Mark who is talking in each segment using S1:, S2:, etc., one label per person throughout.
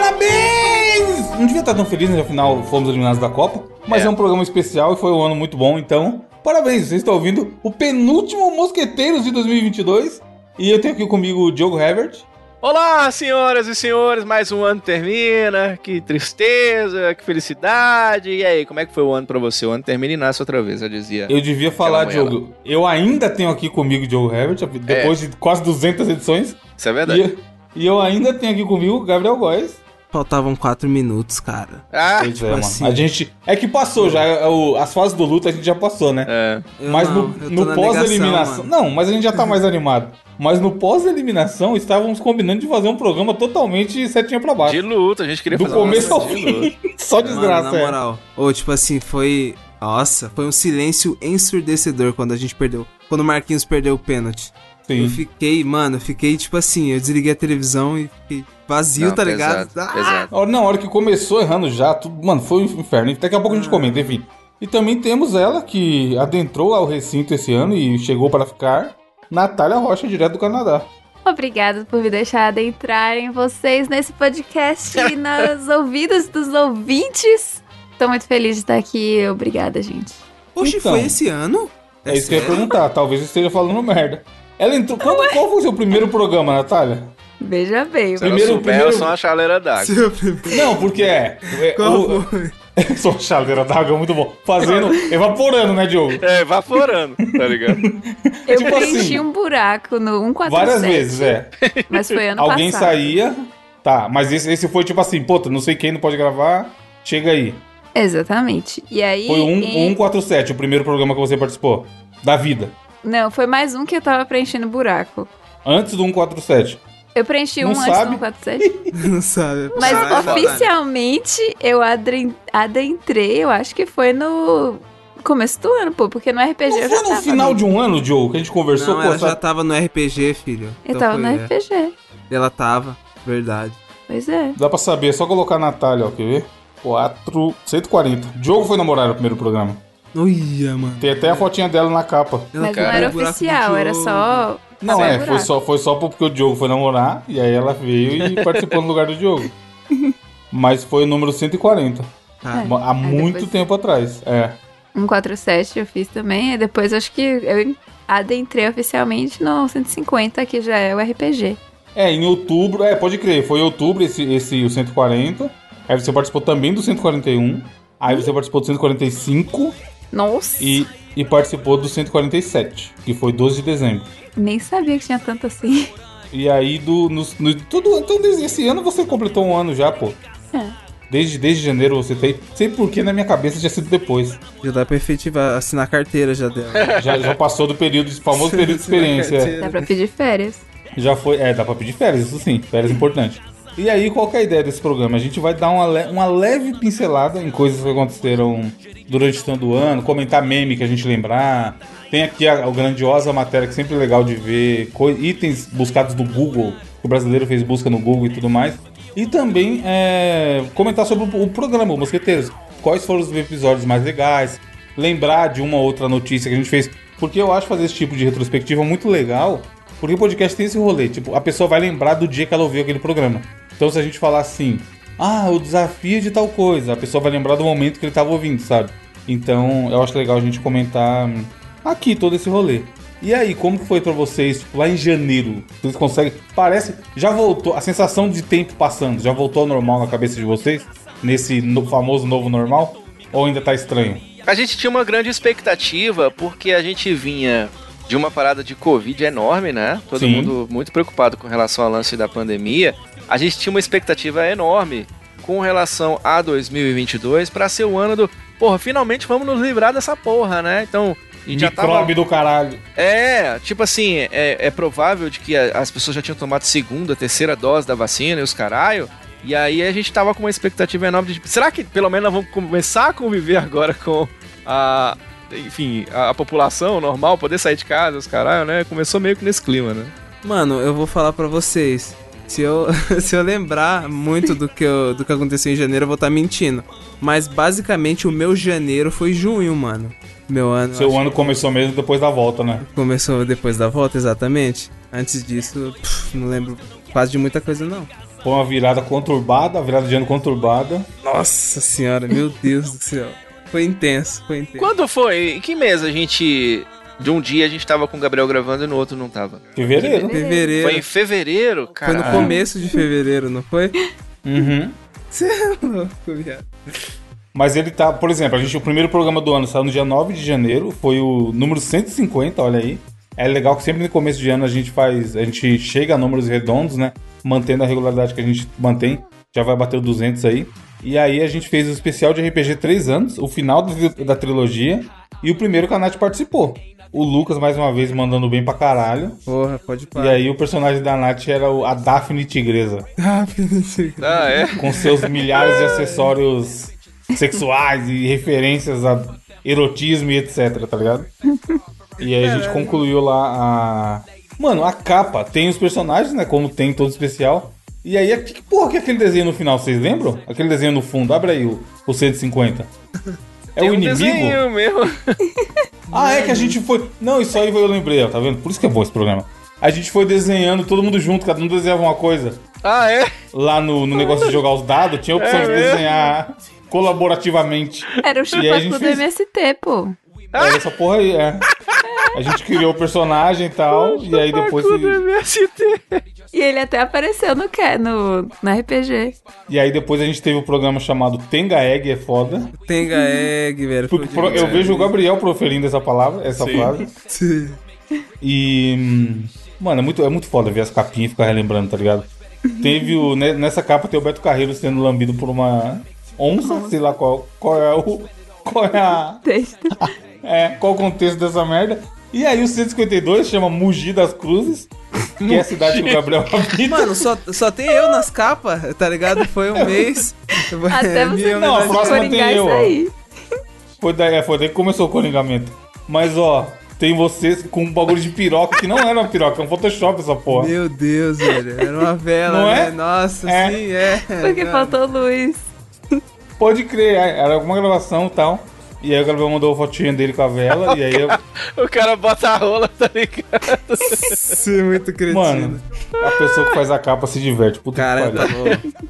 S1: Parabéns! Não devia estar tão feliz, né? Afinal, fomos eliminados da Copa. Mas é,
S2: É.
S1: um programa especial e foi um ano muito bom, então... Parabéns, vocês estão ouvindo o penúltimo Mosqueteiros de 2022. E eu tenho aqui comigo o Diogo Herbert.
S2: Olá, senhoras e senhores, mais um ano termina. Que tristeza, que felicidade. E aí, como é que foi o ano pra você? O ano termina e nasce outra vez, eu dizia.
S1: Eu devia falar,
S2: Aquela manhã
S1: Diogo. Eu ainda tenho aqui comigo o Diogo Herbert, depois de quase 200 edições.
S2: Isso é
S1: E
S2: verdade.
S1: eu, e eu ainda tenho aqui comigo o Gabriel Góes.
S3: Faltavam quatro minutos, cara.
S2: Ah,
S1: Pois é, mano.
S3: assim.
S1: A gente. É que passou já. é o- as fases do luto a gente já passou, né?
S2: é.
S3: Eu
S1: mas no,
S3: não, eu tô
S1: no
S3: na
S1: pós-eliminação.
S3: negação, mano.
S1: Não, mas a gente já tá mais animado. Mas no pós-eliminação estávamos combinando de fazer um programa totalmente setinha pra baixo.
S2: de luta, a gente queria
S1: Do
S2: fazer uma
S1: começo
S2: nossa
S1: ao
S2: de luta.
S1: fim. Só desgraça,
S3: Mano, na
S1: é.
S3: moral. Ou, tipo assim, foi. Nossa, foi um silêncio ensurdecedor quando a gente perdeu. Quando o Marquinhos perdeu o pênalti.
S1: Sim.
S3: Eu fiquei, mano, eu fiquei, tipo assim, eu desliguei a televisão e fiquei vazio,
S2: Não,
S3: tá
S2: pesado,
S3: ligado? Ah!
S2: pesado.
S1: A hora- Na hora que começou errando já, tudo, mano, foi um inferno. Daqui a pouco
S3: Ah.
S1: a gente comenta, enfim. E também temos ela que adentrou ao recinto esse ano e chegou para ficar, Natália Rocha, direto do Canadá.
S4: Obrigada por me deixar adentrarem vocês nesse podcast e nos ouvidos dos ouvintes. Tô muito feliz de estar aqui. Obrigada, gente.
S3: Ah, Poxa,
S1: Então.
S3: foi esse ano?
S1: É isso que eu ia
S3: sério?
S1: perguntar, talvez eu esteja falando merda. Ela entrou. Quando, qual foi o seu primeiro programa, Natália?
S4: Veja bem.
S2: Se ela
S1: Primeiro-
S2: souber,
S1: primeiro-
S2: eu sou uma chaleira d'água.
S3: Seu primeiro-
S1: Não, porque é. é
S3: Qual
S1: o-
S3: foi?
S1: Sou uma chaleira d'água, muito bom. Fazendo. evaporando, né, Diogo?
S2: É, evaporando, tá ligado?
S4: Eu
S1: tipo
S4: preenchi
S1: assim,
S4: um buraco no 147.
S1: Várias vezes, é.
S4: Mas foi né? ano
S1: Alguém
S4: passado.
S1: saía. Tá, mas esse, esse foi tipo assim, puta, não sei quem não pode gravar. Chega aí.
S4: Exatamente. E aí.
S1: Foi um,
S4: em-
S1: 147, o primeiro programa que você participou. Da vida.
S4: Não, foi mais um que eu tava preenchendo buraco.
S1: Antes do 147.
S4: Eu preenchi
S1: Não
S4: um antes
S1: sabe?
S4: do 147.
S3: Não sabe.
S4: Mas
S2: Ah, é verdade.
S4: oficialmente eu adren- adentrei, eu acho que foi no começo do ano, pô, porque no RPG
S1: Não
S4: eu já
S1: foi no
S4: tava.
S1: final de um ano, Diogo, que a gente conversou
S3: Não,
S1: pô,
S3: ela
S1: essa-
S3: já tava no RPG, filho.
S4: Eu
S3: Então
S4: tava
S3: foi,
S4: no
S3: é.
S4: RPG.
S3: Ela tava, verdade.
S4: Pois é.
S1: Dá pra saber, é só colocar a Natália, ó, quer ver? 4. 140. Diogo foi namorar no primeiro programa.
S3: Olha, mano.
S1: Tem até a fotinha dela na capa.
S3: Ela
S4: Mas
S2: cara,
S4: não
S3: caiu
S4: era
S3: no buraco do
S4: oficial, era
S3: Diogo.
S4: só.
S1: Não,
S4: fazer
S1: é,
S4: buraco.
S1: foi só, foi só porque o Diogo foi namorar e aí ela veio e participou no lugar do Diogo. Mas foi o número 140.
S3: Cara,
S1: mo- Há
S4: É. aí
S1: muito
S4: depois-
S1: tempo atrás. É.
S4: 147 eu fiz também, e depois acho que eu adentrei oficialmente no 150, que já é o RPG.
S1: É, em outubro. É, pode crer, foi em outubro esse, esse o 140. Aí você participou também do 141. Aí você participou do 145
S4: Nossa!
S1: e, e participou do 147, que foi 12 de dezembro.
S4: Nem sabia que tinha tanto assim.
S1: E aí, do, no, no- tudo, então desde esse ano você completou um ano já, pô. Desde, desde janeiro você tem. Sei por que na minha cabeça tinha sido depois.
S3: Já dá pra efetivar, assinar a carteira já dela.
S1: Já, já passou do período, do famoso período de experiência. é.
S4: Dá pra pedir férias.
S1: Já foi. É, dá pra pedir férias, isso sim, férias é importante. E aí, qual que é a ideia desse programa? A gente vai dar uma, le- uma leve pincelada em coisas que aconteceram durante todo o ano, comentar meme que a gente lembrar. Tem aqui a, a grandiosa matéria que sempre é legal de ver, co- itens buscados do Google, que o brasileiro fez busca no Google e tudo mais. E também é, comentar sobre o, o programa, o Mosqueteiros. Quais foram os episódios mais legais, lembrar de uma ou outra notícia que a gente fez. Porque eu acho fazer esse tipo de retrospectiva muito legal, porque o podcast tem esse rolê, tipo, a pessoa vai lembrar do dia que ela ouviu aquele programa. Então se a gente falar assim, ah, o desafio de tal coisa, a pessoa vai lembrar do momento que ele tava ouvindo, sabe? Então eu acho legal a gente comentar hum, aqui todo esse rolê. E aí, como que foi pra vocês, tipo, lá em janeiro? Vocês conseguem. Parece. Já voltou. A sensação de tempo passando, já voltou ao normal na cabeça de vocês? Nesse no- famoso novo normal? Ou ainda tá estranho?
S2: A gente tinha uma grande expectativa, porque a gente vinha de uma parada de Covid enorme, né? Todo
S1: Sim.
S2: mundo muito preocupado com relação ao lance da pandemia. A gente tinha uma expectativa enorme com relação a 2022 para ser o ano do, porra, finalmente vamos nos livrar dessa porra, né? Então, a gente já tava
S1: Microbe do caralho.
S2: é, tipo assim, é, é provável de que a- as pessoas já tinham tomado segunda, terceira dose da vacina e os caralho. E aí a gente tava com uma expectativa enorme de, tipo, será que pelo menos nós vamos começar a conviver agora com a, enfim, a, a população normal, poder sair de casa, os caralho, né? Começou meio que nesse clima, né?
S3: Mano, eu vou falar pra vocês. Se eu, se eu lembrar muito do que, eu- do que aconteceu em janeiro, eu vou estar mentindo. Mas basicamente o meu janeiro foi junho, mano. Meu ano.
S1: Seu
S3: acho
S1: ano começou mesmo depois da volta, né?
S3: que Começou depois da volta, exatamente. Antes disso, pff, não lembro quase de muita coisa, não.
S1: Foi uma virada conturbada, a virada de ano conturbada.
S3: Nossa senhora, meu Deus do céu. Foi intenso, foi intenso.
S2: Quando foi? Em que mês a gente. De um dia a gente tava com o Gabriel gravando e no outro não tava.
S1: Fevereiro.
S3: Fevereiro.
S2: Foi em fevereiro,
S3: Foi
S2: cara.
S3: no começo de fevereiro, não foi?
S1: Uhum.
S3: Você é louco, viado.
S1: Mas ele tá, por exemplo, a gente, o primeiro programa do ano saiu no dia 9 de janeiro, foi o número 150, olha aí. É legal que sempre no começo de ano a gente faz, a gente chega a números redondos, né? Mantendo a regularidade que a gente mantém, já vai bater o 200 aí. E aí a gente fez o especial de RPG 3 anos, o final do- da trilogia e o primeiro que a Nath participou. O Lucas, mais uma vez, mandando bem pra caralho.
S3: Porra, pode
S1: E
S3: parar.
S1: aí o personagem da Nath era o- a Daphne Tigresa,
S2: Ah, é?
S1: com seus milhares de acessórios sexuais e referências a erotismo e etc, tá ligado? E aí a gente concluiu lá a... Mano, a capa tem os personagens, né, como tem em todo especial. E aí, que que porra que é aquele desenho no final, vocês lembram? Aquele desenho no fundo, abre aí o, o 150. É
S2: Tem
S1: o
S2: um
S1: inimigo?
S2: desenho mesmo.
S1: Ah, é que a gente foi. Não, isso aí eu lembrei, ó, tá vendo? Por isso que é bom esse programa. A gente foi desenhando, todo mundo junto, cada um desenhava uma coisa.
S2: Ah, é?
S1: Lá no, no negócio de jogar os dados, tinha a opção
S2: É
S1: de
S2: mesmo?
S1: desenhar colaborativamente.
S4: Era o
S1: E aí a gente
S4: chupacu do
S1: fez-
S4: MST, pô.
S1: Era essa porra aí, é. A gente criou o personagem e tal, e aí depois.
S2: Faculdade MST.
S4: E ele até apareceu no, ca- no, no RPG.
S1: E aí depois a gente teve o programa chamado Tenga Egg é foda.
S3: Tenga egg, velho.
S1: Porque
S3: foi
S1: pro- eu
S3: demais.
S1: vejo o Gabriel proferindo essa palavra, essa
S5: Sim.
S1: frase. E. hum, Mano, é muito, é muito foda ver as capinhas e ficar relembrando, tá ligado? Teve o. né, Nessa capa tem o Beto Carreiro sendo lambido por uma onça, sei lá qual, qual é o. Qual é a.
S4: Desde-
S1: É, qual o contexto dessa merda. E aí o 152 chama Mugi das Cruzes, que é a cidade que o Gabriel habita.
S3: Mano, só, só tem eu nas capas, tá ligado? Foi um mês. É,
S4: Até você
S3: Minha
S1: Não, a
S3: homenagem-
S1: É, próxima
S4: coringar
S1: tem eu,
S4: isso
S1: ó.
S4: aí.
S1: Foi daí, é, foi daí que começou o coringamento. Mas ó, tem vocês com um bagulho de piroca que não era uma piroca, é um Photoshop essa porra.
S3: Meu Deus, velho. Era uma vela,
S1: Não
S3: né?
S1: é?
S3: Nossa,
S1: É.
S3: sim, é.
S4: Porque
S3: Mano,
S4: faltou luz.
S1: Pode crer, é, era alguma gravação e tal. E aí o Gabriel mandou a fotinha dele com a vela, e aí eu.
S2: O cara bota a rola, tá ligado?
S3: Sim, é muito cretino.
S1: Mano, a pessoa que faz a capa se diverte. Puta
S3: Cara, tá-
S1: que pariu.
S3: tava,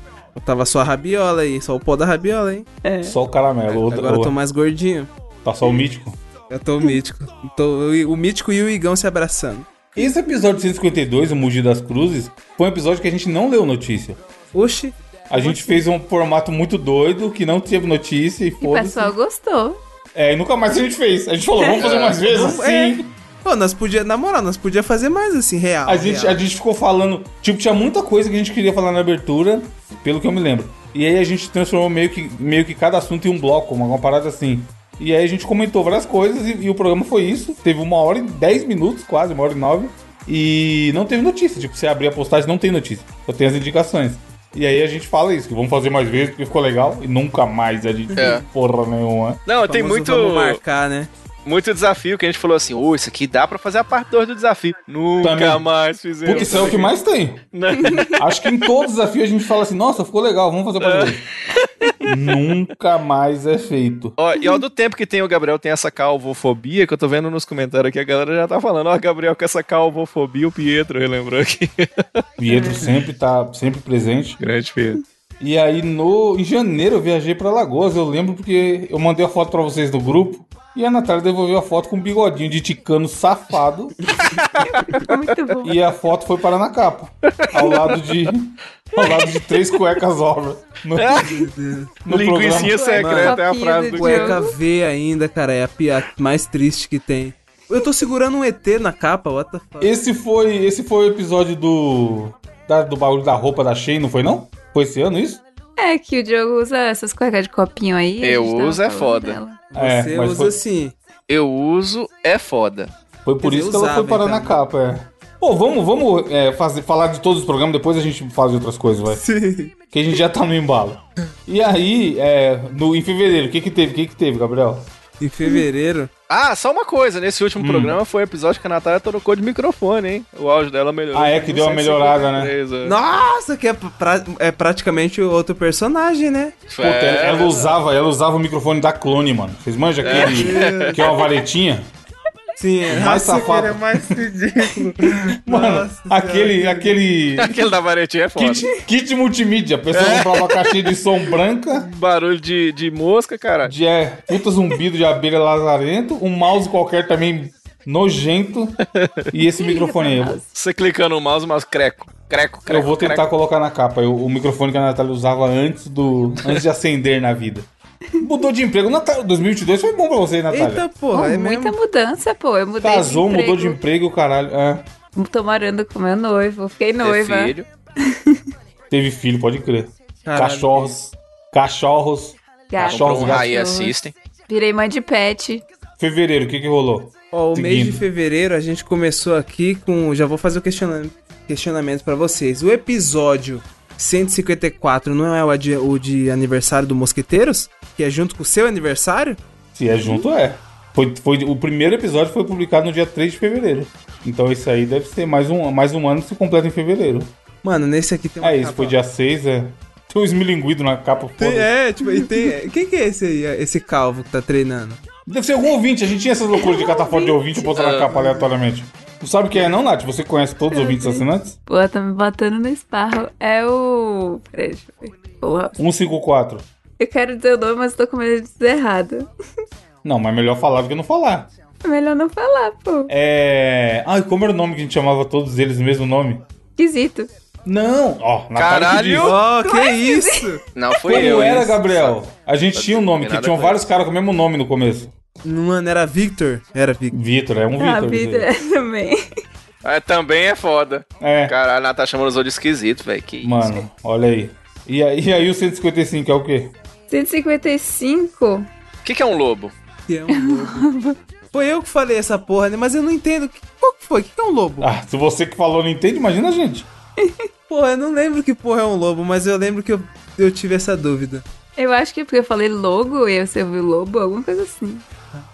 S3: tava só a rabiola aí, só o pó da rabiola, hein?
S4: É.
S1: Só o caramelo. Outra,
S3: Agora eu tô
S1: outra.
S3: mais gordinho.
S1: Tá só o mítico.
S3: Eu tô o mítico. Tô, o mítico e o Igão se abraçando.
S1: Esse episódio 152, o Mugi das Cruzes, foi um episódio que a gente não leu notícia.
S3: Oxi,
S1: A gente fez um formato muito doido que não teve notícia e
S4: E o
S1: foda-se.
S4: pessoal gostou.
S1: É, e nunca mais a gente fez. A gente falou, vamos fazer mais vezes
S3: Não, é.
S1: assim.
S3: Pô, nós podia, na moral, nós podia fazer mais assim, real.
S1: A gente, a
S3: real.
S1: gente ficou falando. Tipo, tinha muita coisa que a gente queria falar na abertura, pelo que eu me lembro. E aí a gente transformou meio que, meio que cada assunto em um bloco, uma, uma parada assim. E aí a gente comentou várias coisas e, e o programa foi isso. Teve uma hora e dez minutos, quase, uma hora e nove. E não teve notícia. Tipo, você abrir a postagem, não tem notícia. Só tem as indicações. E aí a gente fala isso, que vamos fazer mais vezes porque ficou legal. E nunca mais a gente
S2: É.
S1: fez porra nenhuma.
S2: Não,
S3: Famoso
S2: tem muito,
S3: Vamos marcar, né?
S2: muito desafio que a gente falou assim: ô, isso aqui dá pra fazer a parte 2 do desafio. Nunca
S1: Também.
S2: mais fizemos.
S1: Porque isso é o que mais tem. Acho que em todo desafio a gente fala assim, nossa, ficou legal, vamos fazer pra dois. Nunca mais é feito.
S2: Ó, e ó, do tempo que tem o Gabriel tem essa calvofobia, que eu tô vendo nos comentários aqui, a galera já tá falando, ó, Gabriel com essa calvofobia, o Pietro relembrou aqui.
S1: Pietro sempre tá sempre presente.
S2: Grande Pietro.
S1: E aí no em janeiro eu viajei pra Lagoas, eu lembro porque eu mandei a foto pra vocês do grupo e a Natália devolveu a foto com um bigodinho de ticano safado
S4: Muito bom.
S1: e a foto foi parar na capa, ao lado de ao lado de três cuecas obras. No,
S3: É,
S1: no programa.
S2: Linguicinha
S1: né?
S2: secreta é a
S4: Mano.
S2: frase do
S4: Cueca
S2: Diogo.
S3: Cueca V ainda, cara, é a piada mais triste que tem. Eu tô segurando um ET na capa, what the fuck?
S1: Esse foi, esse foi o episódio do da- do bagulho da roupa da Shein, não foi não? Foi esse ano isso?
S4: É que o Diogo usa essas cuecas de copinho aí. a
S2: Eu
S4: gente tava
S2: uso, é
S4: falando
S2: foda.
S4: dela.
S1: É,
S3: Você
S1: mas
S3: usa
S1: foi-
S3: assim.
S2: Eu uso, é foda.
S1: Foi por
S3: Quer
S1: isso
S3: dizer,
S1: que ela foi
S3: usava,
S1: parar na
S3: então.
S1: capa, é. Pô, vamos, vamos é, fazer, falar de todos os programas, depois a gente faz outras coisas, vai.
S3: Sim.
S1: Que a gente já tá no embalo. E aí, é, no, em fevereiro, o que que teve? O que que teve, Gabriel?
S3: Em fevereiro.
S2: Ah, só uma coisa, nesse
S1: Hum.
S2: último programa foi o episódio que a Natália trocou de microfone, hein? O áudio dela melhorou.
S1: Ah, é, que deu uma melhorada, né?
S2: 153, é.
S3: Nossa, que é, pra- é praticamente outro personagem, né?
S1: Puta,
S2: É,
S1: ela, ela usava, ela usava o microfone da clone, mano. Vocês manjam aquele que é uma varetinha?
S3: Sim, é
S1: Mais
S3: Nossa,
S1: safado.
S3: aquele é mais ridículo.
S1: Mano,
S3: Nossa
S1: aquele,
S3: senhora.
S1: aquele
S2: Aquele da varetinha é foda.
S1: kit, kit multimídia. A pessoa comprava uma caixinha de som branca,
S2: Barulho de, de mosca, cara.
S1: de é, puta zumbido de abelha lazarento, um mouse qualquer também nojento e esse microfone aí. Eu,
S2: Você clicando o mouse, mas creco, creco, creco.
S1: eu vou tentar
S2: creco.
S1: colocar na capa eu- o microfone que a Natália usava antes do antes de acender na vida. Mudou de emprego. Natália, 2022 foi bom pra você, Natália.
S3: Eita
S4: Pô,
S3: porra, é mesmo?
S4: muita mudança, pô. Eu mudei
S1: Casou,
S4: de
S1: mudou
S4: emprego.
S1: de emprego, caralho. É,
S4: Tô morando com meu noivo, fiquei
S2: Ter
S4: noiva.
S2: filho.
S1: teve filho, pode crer.
S3: Caralho.
S1: Cachorros. Cachorros.
S4: Gato.
S1: Cachorro.
S2: Comprou um Rai
S4: gatos.
S2: Assistem.
S4: Virei mãe de pet.
S1: Fevereiro, o que que rolou?
S3: Ó, o mês de
S1: Seguindo.
S3: fevereiro a gente começou aqui com. Já vou fazer o questionamento, questionamento para vocês. O episódio 154 não é o de, o de aniversário do Mosqueteiros? Que é junto com o seu aniversário?
S1: Se
S3: Uhum.
S1: é junto, é. Foi, foi, o primeiro episódio foi publicado no dia 3 de fevereiro. Então isso aí deve ser mais um, mais um ano que se completa em fevereiro.
S3: Mano, nesse aqui tem uma.
S1: É isso,
S3: capa,
S1: foi
S3: ó.
S1: dia 6, é. Tem um esmilinguido na capa, foda
S3: Tem- é, tipo, e tem. Quem que é esse aí, esse calvo que tá treinando?
S1: Deve ser algum ouvinte, a gente tinha essas loucuras de catar foto de ouvinte e botar na capa aleatoriamente. Não sabe quem é não, Nath? Você conhece todos os ouvintes assinantes?
S4: Pô, tá me botando no esparro. É o. Peraí, deixa eu ver. Porra.
S1: 154.
S4: Eu quero dizer o nome, mas tô com medo de dizer errado.
S1: Não, mas é melhor falar do que não falar.
S4: É Melhor não falar, pô.
S1: É. Ai, como era o nome que a gente chamava todos eles o mesmo nome?
S4: Esquisito.
S1: Não! Ó, Natália que
S2: Caralho!
S1: diz.
S3: Oh, que isso?
S2: Não foi
S1: Como
S2: eu. hein?
S1: era, Gabriel? A gente tinha um nome,
S2: tem
S1: que
S2: nada
S1: tinham
S2: com
S1: vários caras com o mesmo nome no começo.
S3: Mano, era Victor. Era Victor.
S1: Vitor, é um
S4: A
S1: Vitor.
S4: vida
S1: quer dizer.
S4: é também.
S2: É, também é foda.
S1: É.
S2: Caralho, a Natasha Morozou de esquisito, velho. Que isso.
S1: Mano, olha aí. E aí, e aí o 155 é o quê?
S4: 155?
S2: O que, que é um lobo?
S3: Que é um lobo. Foi eu que falei essa porra, né? Mas eu não entendo. Que- Qual que foi? O que que é um lobo?
S1: Ah, se você que falou não entende, imagina a gente.
S3: Porra, eu não lembro que porra é um lobo, mas eu lembro que eu, eu tive essa dúvida.
S4: Eu acho que é porque eu falei logo e você ouviu lobo, alguma coisa assim.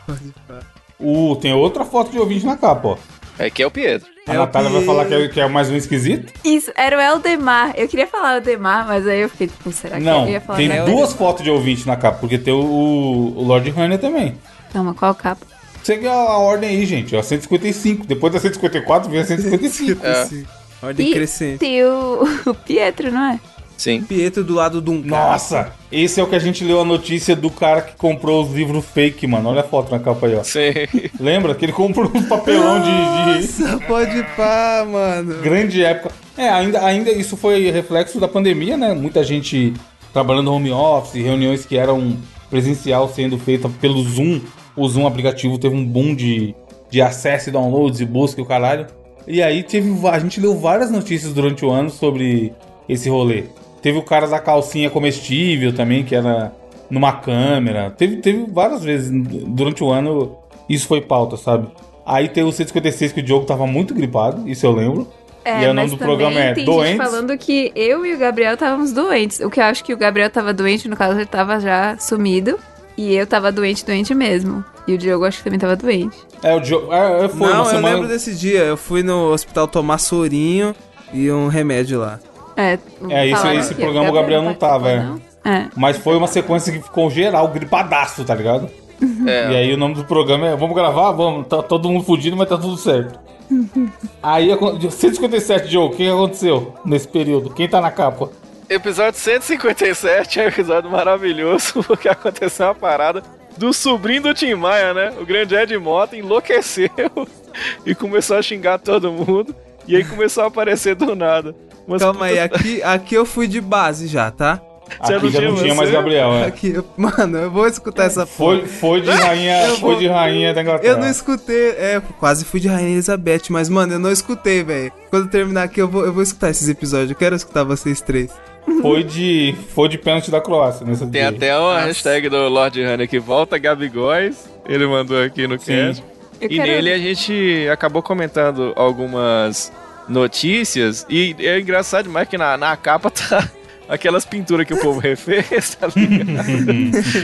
S1: Uh, tem outra foto de ouvinte na capa, ó.
S2: É que é o Pedro.
S1: A
S3: É o
S1: Natália vai
S3: que-
S1: falar que é, que é mais um esquisito?
S4: Isso, era o Eldemar. Eu queria falar Eldemar, mas aí eu fiquei tipo, será que
S1: Não,
S4: eu ia falar
S1: tem
S4: Eldemar?
S1: duas fotos de ouvinte na capa, porque tem o, o Lord Hunter também.
S4: Calma, qual capa?
S1: Segue a, a ordem aí, gente, ó, 155. Depois da 154 vem a 155.
S3: Esse- Tipo assim, Ordem
S4: E
S3: crescente.
S4: tem o, o Pietro, não é?
S2: Sim.
S3: Pietro do lado de um
S1: Nossa, esse é o que a gente leu a notícia do cara que comprou os livros fake, mano. Olha a foto na capa aí, ó.
S2: Sim.
S1: Lembra que ele comprou um papelão de, de
S3: Nossa, pode pá, mano.
S1: grande época. É, ainda, ainda isso foi reflexo da pandemia, né? Muita gente trabalhando home office, reuniões que eram presencial sendo feita pelo Zoom. O Zoom aplicativo teve um boom de, de acesso e downloads e busca e o caralho. E aí teve, va- a gente leu várias notícias durante o ano sobre esse rolê. Teve o cara da calcinha comestível também, que era numa câmera. Teve, teve várias vezes durante o ano isso foi pauta, sabe? Aí tem o 156 que o Diogo tava muito gripado, isso eu lembro.
S4: É,
S1: e aí o
S4: mas
S1: nome do
S4: também
S1: programa é
S4: tem
S1: Doentes.
S4: gente falando que eu e o Gabriel estávamos doentes. O que eu acho que o Gabriel tava doente, no caso, ele tava já sumido. E eu tava doente, doente mesmo. E o Diogo acho que também tava doente.
S1: É, o Diogo. É, é, foi
S3: não, eu
S1: uma semana.
S3: lembro desse dia. Eu fui no hospital tomar sorinho e um remédio lá.
S4: É,
S1: É, esse-
S4: falaram
S1: esse
S4: que
S1: programa o Gabriel não tava, é.
S4: participou, não? É.
S1: Mas foi uma sequência que ficou geral, gripadaço, tá ligado?
S2: É.
S1: E aí o nome do programa é Vamos gravar? Vamos, tá todo mundo fudido, mas tá tudo certo. aí, acon- 157, Diogo, o que aconteceu nesse período? Quem tá na capa?
S2: Episódio 157 é um episódio maravilhoso, porque aconteceu uma parada do sobrinho do Tim Maia, né? O grande Ed Mota enlouqueceu e começou a xingar todo mundo. E aí começou a aparecer do nada. Umas
S3: Calma aí,
S2: putas-
S3: aqui, aqui eu fui de base já, tá?
S1: Aqui
S2: não
S1: já não
S2: tinha
S1: tinha mais
S2: você?
S1: Gabriel, é.
S3: Aqui, eu- mano, eu vou escutar essa porra.
S1: Foi, foi de rainha,
S3: Eu
S1: foi
S3: vou-
S1: de rainha da Inglaterra.
S3: Eu não escutei, é, quase fui de Rainha Elizabeth, mas mano, eu não escutei, velho. Quando terminar aqui, eu vou, eu vou escutar esses episódios, eu quero escutar vocês três.
S1: Foi de, foi de pênalti da Croácia nessa
S2: Tem até uma hashtag do Lord Honey que volta Gabigóis. Ele mandou aqui no cast.
S4: Eu
S2: E
S4: quero-
S2: nele é- a gente acabou comentando algumas notícias. E é engraçado demais que na, na capa tá aquelas pinturas que o povo refez, tá ligado?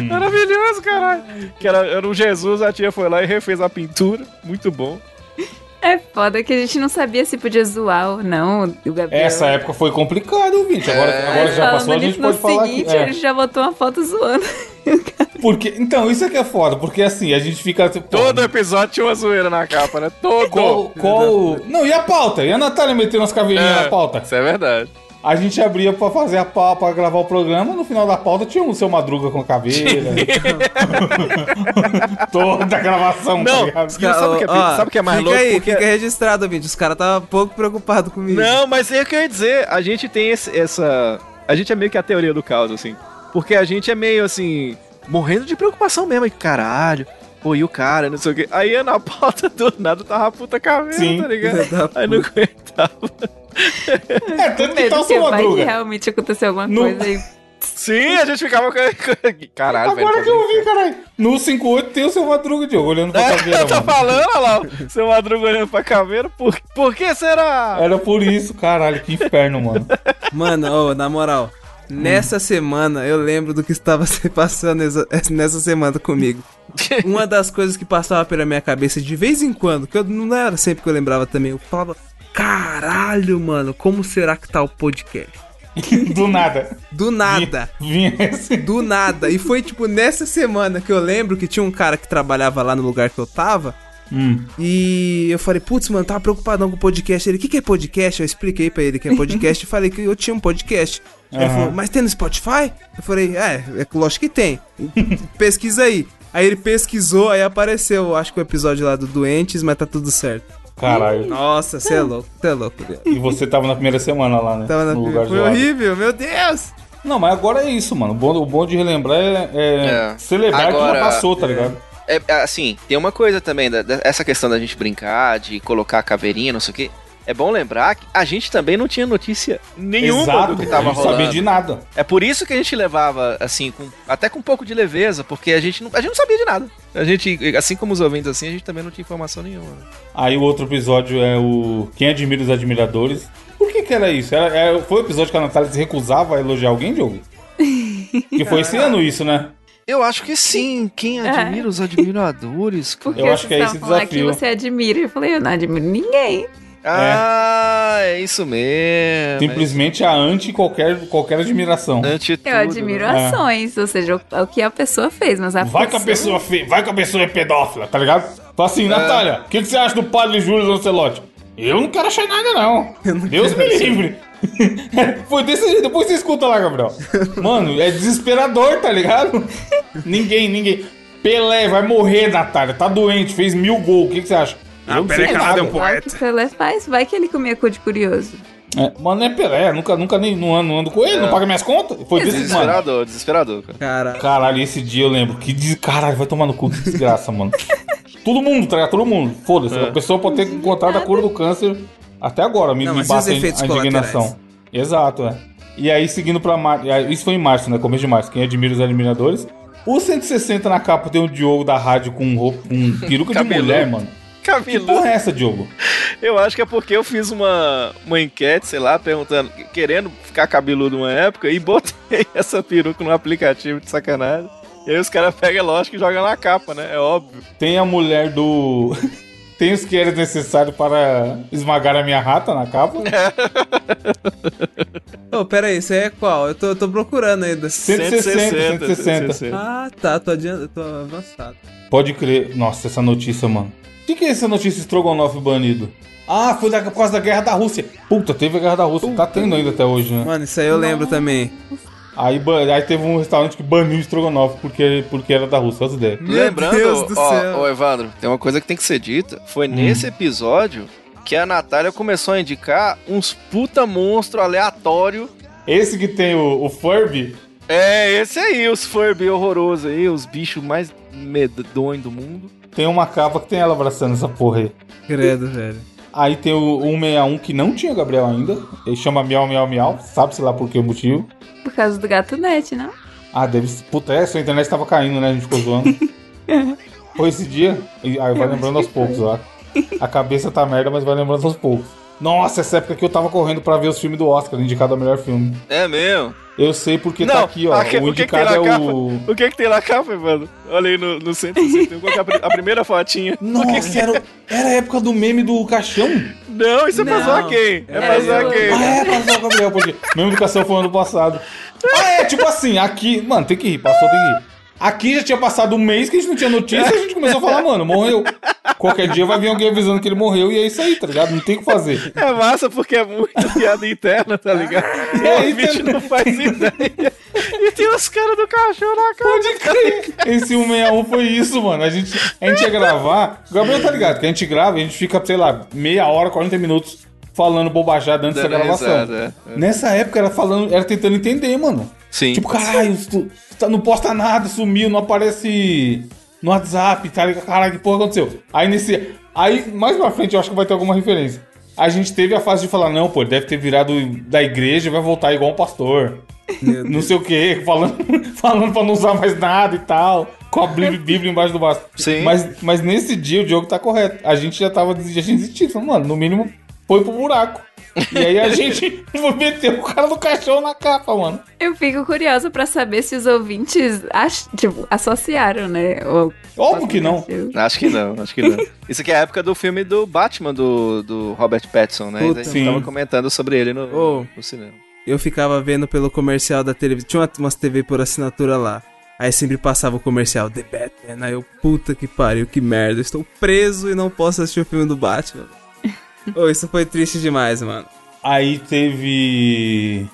S2: Maravilhoso, caralho. Que era, era um Jesus, a tia foi lá e refez a pintura. Muito bom.
S4: É foda que a gente não sabia se podia zoar ou não o Gabriel.
S1: Essa época foi complicada, ouvinte. Agora, agora que já
S4: Falando
S1: passou, a gente
S4: nisso, no
S1: pode falar
S4: seguinte,
S1: que. é.
S4: ele já botou uma foto zoando.
S1: Porque, então, isso é que é foda, porque assim, a gente fica. Tipo,
S2: Todo episódio tinha uma zoeira na capa, né? Todo.
S1: Qual, qual. Não, e a pauta? E a Natália meteu umas caveirinhas
S2: É,
S1: na pauta?
S2: Isso é verdade.
S1: A gente abria pra fazer a pauta, pra gravar o programa, no final da pauta tinha um seu Madruga com caveira. Toda a gravação, tá
S2: Não,
S1: ligado?
S2: os caras- sabe o que é- sabe o que é mais
S3: fica
S2: louco?
S3: Aí,
S2: Porque-
S3: Fica registrado, vídeo. Os caras estavam pouco preocupados comigo.
S2: Não, mas é o que eu ia dizer. A gente tem esse- essa. A gente é meio que a teoria do caos, assim. Porque a gente é meio assim. Morrendo de preocupação mesmo. E caralho. Pô, e o cara, não sei o quê. Aí na pauta do nada tava a puta caveira,
S1: Sim.
S2: tá ligado?
S3: Filha da
S2: Aí não aguentava.
S1: É, tanto que
S4: Medo
S1: tá o
S4: que
S1: seu
S4: vai que
S1: Madruga.
S4: realmente aconteceu alguma
S1: Não.
S4: coisa aí.
S2: Sim, a gente ficava com. com- Caralho,
S1: Agora
S2: velho. tá
S1: que eu vi, caralho. No 58 tem o seu Madruga, Diogo, olhando pra caveira,
S2: Eu tô
S1: mano.
S2: falando, olha lá, o seu madruga olhando pra caveira, por, por que será?
S1: Era por isso, caralho, que inferno, mano.
S3: Mano, ô, na moral, nessa semana eu lembro do que estava se passando exa- é, nessa semana comigo. Uma das coisas que passava pela minha cabeça de vez em quando, que eu não era sempre que eu lembrava também, eu falava: caralho, mano, como será que tá o podcast?
S1: Do nada.
S3: Do nada.
S1: Vinha esse.
S3: Do nada. E foi tipo nessa semana que eu lembro que tinha um cara que trabalhava lá no lugar que eu tava.
S1: Hum.
S3: E eu falei, putz, mano, tava preocupadão com o podcast. Ele, o que, que é podcast? Eu expliquei pra ele que é podcast e falei que eu tinha um podcast. Ele
S1: Aham.
S3: falou, mas tem no Spotify? Eu falei, é, é lógico que tem. Pesquisa aí. Aí ele pesquisou, aí apareceu, acho que o episódio lá do Doentes, mas tá tudo certo.
S1: Caralho.
S3: Nossa, você é louco, você é louco, velho.
S1: E você tava na primeira semana lá, né?
S3: Tava na...
S1: no lugar de
S3: Foi
S1: lá.
S3: horrível, meu Deus!
S1: Não, mas agora é isso, mano. O bom, o bom de relembrar é, é
S2: É.
S1: celebrar que
S2: Agora-
S1: já passou, tá ligado?
S2: É, assim, tem uma coisa também, da- da- essa questão da gente brincar, de colocar a caveirinha, não sei o quê. É bom lembrar que a gente também não tinha notícia nenhuma
S1: Exato,
S2: do um que tava
S1: a gente não sabia
S2: rolando.
S1: de nada.
S2: É por isso que a gente levava, assim, com- até com um pouco de leveza, porque a gente, não, a gente não sabia de nada. A gente, assim como os ouvintes, assim, a gente também não tinha informação nenhuma. né?
S1: Aí o outro episódio é o Quem Admira os Admiradores. Por que que era isso? Era, era- foi o episódio que a Natália se recusava a elogiar alguém, Diogo? Que foi esse ano isso, né?
S2: Eu acho que sim, quem admira os admiradores,
S4: É. Por
S2: cara.
S1: Eu acho que é
S4: vocês
S1: esse
S4: estavam falando
S1: desafio.
S4: Que você admira. Eu falei, eu não admiro ninguém.
S2: Ah, é isso mesmo.
S1: Simplesmente a anti qualquer, qualquer admiração.
S2: é Ante tudo,
S4: Eu admiro
S1: né?
S4: ações, ou seja, o, o que a pessoa fez, mas a
S1: Vai que a pessoa fe... vai que a pessoa é pedófila, tá ligado? Fala assim, Natália, o que, que você acha do padre Júlio Lancelotti? Eu não quero achar nada, não. Deus me livre. Foi desse jeito, depois você escuta lá, Gabriel. Mano, é desesperador, tá ligado? ninguém, ninguém. Pelé vai morrer, Natália. Tá doente, fez mil gols. O que, que você acha? Eu um não sei nada.
S4: Vai que o Pelé faz, vai que ele comia cu de curioso.
S1: É, mano, é Pelé. Nunca, nunca nem não ando, não ando com ele, não paga minhas contas. Foi desse, mano.
S2: Desesperador, desesperador, cara.
S3: Cara,
S1: Caralho, esse dia eu lembro. Que des... Caralho, vai tomar no cu, que desgraça, mano. Todo mundo, tá ligado? Todo mundo. Foda-se. A pessoa pode ter encontrado a cura do câncer até agora. Me,
S3: Não,
S1: me
S3: mas e os
S1: bate a in-
S3: efeitos
S1: a indignação. Exato, é. E aí, seguindo pra março. Isso foi em março, né? Começo de março. Quem admira os admiradores. O 160 na capa tem o Diogo da rádio com, um roupa, com peruca de
S2: Cabeludo.
S1: mulher, mano. Que
S2: Cabeludo.
S1: porra é essa, Diogo?
S2: Eu acho que é porque eu fiz uma, uma enquete, sei lá, perguntando, querendo ficar cabeludo uma época e botei essa peruca no aplicativo de sacanagem. E aí os caras pegam, lógico, e jogam na capa, né? É óbvio.
S1: Tem a mulher do. Tem os que era necessário para esmagar a minha rata na capa.
S3: ô, pera aí, isso aí é qual? Eu tô, eu tô procurando ainda.
S1: 160, 160.
S3: Ah, tá, tô adiantado, tô avançado.
S1: Pode crer. Nossa, essa notícia, mano. O que, que é essa notícia Strogonoff banido? Ah, foi da- por causa da guerra da Rússia. Puta, teve a guerra da Rússia. Tá tendo ainda até hoje, né?
S3: Mano, isso aí eu lembro também.
S1: Aí, ban- aí teve um restaurante que baniu o Strogonoff porque, porque era da Rússia. Olha as ideias.
S3: Meu
S2: Lembrando,
S3: Deus do
S2: ó,
S3: céu.
S2: ó, Evandro, tem uma coisa que tem que ser dita. Foi nesse episódio que a Natália começou a indicar uns puta monstro aleatório.
S1: Esse que tem o, o Furby.
S2: É, esse aí, os Furby horrorosos aí, os bichos mais medonhos do mundo.
S1: Tem uma capa que tem ela abraçando essa porra aí.
S3: Credo, velho.
S1: Aí tem o 161 que não tinha Gabriel ainda. Ele chama Miau Miau Miau. Sabe-se lá por que motivo.
S4: Por causa do gato net, não?
S1: Ah, deve ser. Puta, é, sua internet tava caindo, né? A gente ficou zoando. Foi esse dia. E aí vai lembrando aos poucos, ó. A cabeça tá merda, mas vai lembrando aos poucos. Nossa, essa época que eu tava correndo pra ver os filmes do Oscar, indicado ao melhor filme.
S2: É mesmo?
S1: Eu sei porque tá
S2: Não,
S1: aqui, ó.
S2: a que-
S1: o
S2: o que que tem
S1: indicado
S2: na
S1: é
S2: capa?
S1: o.
S2: O que que tem na capa, mano? Olha aí no, no centro, assim, tem qual que é a pri- a primeira fotinha.
S1: Nossa, era, era a época do meme do caixão?
S2: Não, isso é pra
S3: Não.
S2: zoar quem? É pra
S3: É,
S2: zoar
S3: eu-
S1: Ah,
S2: quem?
S1: é, passou o Gabriel, porque meme do caixão foi ano passado. Ah, é, tipo assim, aqui. Mano, tem que rir, passou, tem que rir. Aqui já tinha passado um mês que a gente não tinha notícia e a gente começou a falar, mano, morreu. Qualquer dia vai vir alguém avisando que ele morreu e é isso aí, tá ligado? Não tem o que fazer.
S2: É massa porque é muito piada interna, tá ligado? E
S1: É,
S2: o ouvinte
S1: interna.
S2: não faz ideia. E tem os caras do caixão na cara.
S1: Pode crer. Esse 161 foi isso, mano. A gente, a gente ia gravar. O Gabriel tá ligado, que a gente grava e a gente fica, sei lá, meia hora, 40 minutos falando bobajada antes da
S2: Dando
S1: gravação.
S2: risada, é.
S1: Nessa época era falando, era tentando entender, mano.
S2: Sim.
S1: Tipo, caralho, tu- tá- não posta nada, sumiu, não aparece no WhatsApp, tá ligado? Caralho, que porra aconteceu? Aí nesse. Aí, mais pra frente, eu acho que vai ter alguma referência. A gente teve a fase de falar, não, pô, ele deve ter virado da igreja e vai voltar igual um pastor.
S3: Meu
S1: Não sei o quê, falando, falando pra não usar mais nada e tal. Com a Bí- Bíblia embaixo do braço.
S2: Sim.
S1: Mas, mas nesse dia o Diogo tá correto. A gente já tava des- já tinha desistido. Falando, mano, no mínimo foi pro buraco. E aí a gente meteu o cara do caixão na capa, mano.
S4: Eu fico curiosa pra saber se os ouvintes ach- tipo, associaram, né? o-
S1: Óbvio que não.
S2: Acho que não, acho que não. Isso aqui é a época do filme do Batman, do, do Robert Pattinson, né?
S3: Puta.
S2: a gente
S1: Sim.
S2: tava comentando sobre ele no,
S3: Oh.
S2: no cinema.
S3: Eu ficava vendo pelo comercial da televisão. Tinha uma- umas TV por assinatura lá. Aí sempre passava o comercial The Batman. Aí eu, puta que pariu, que merda. eu Estou preso e não posso assistir o filme do Batman. Ô, isso foi triste demais, mano.
S1: Aí teve.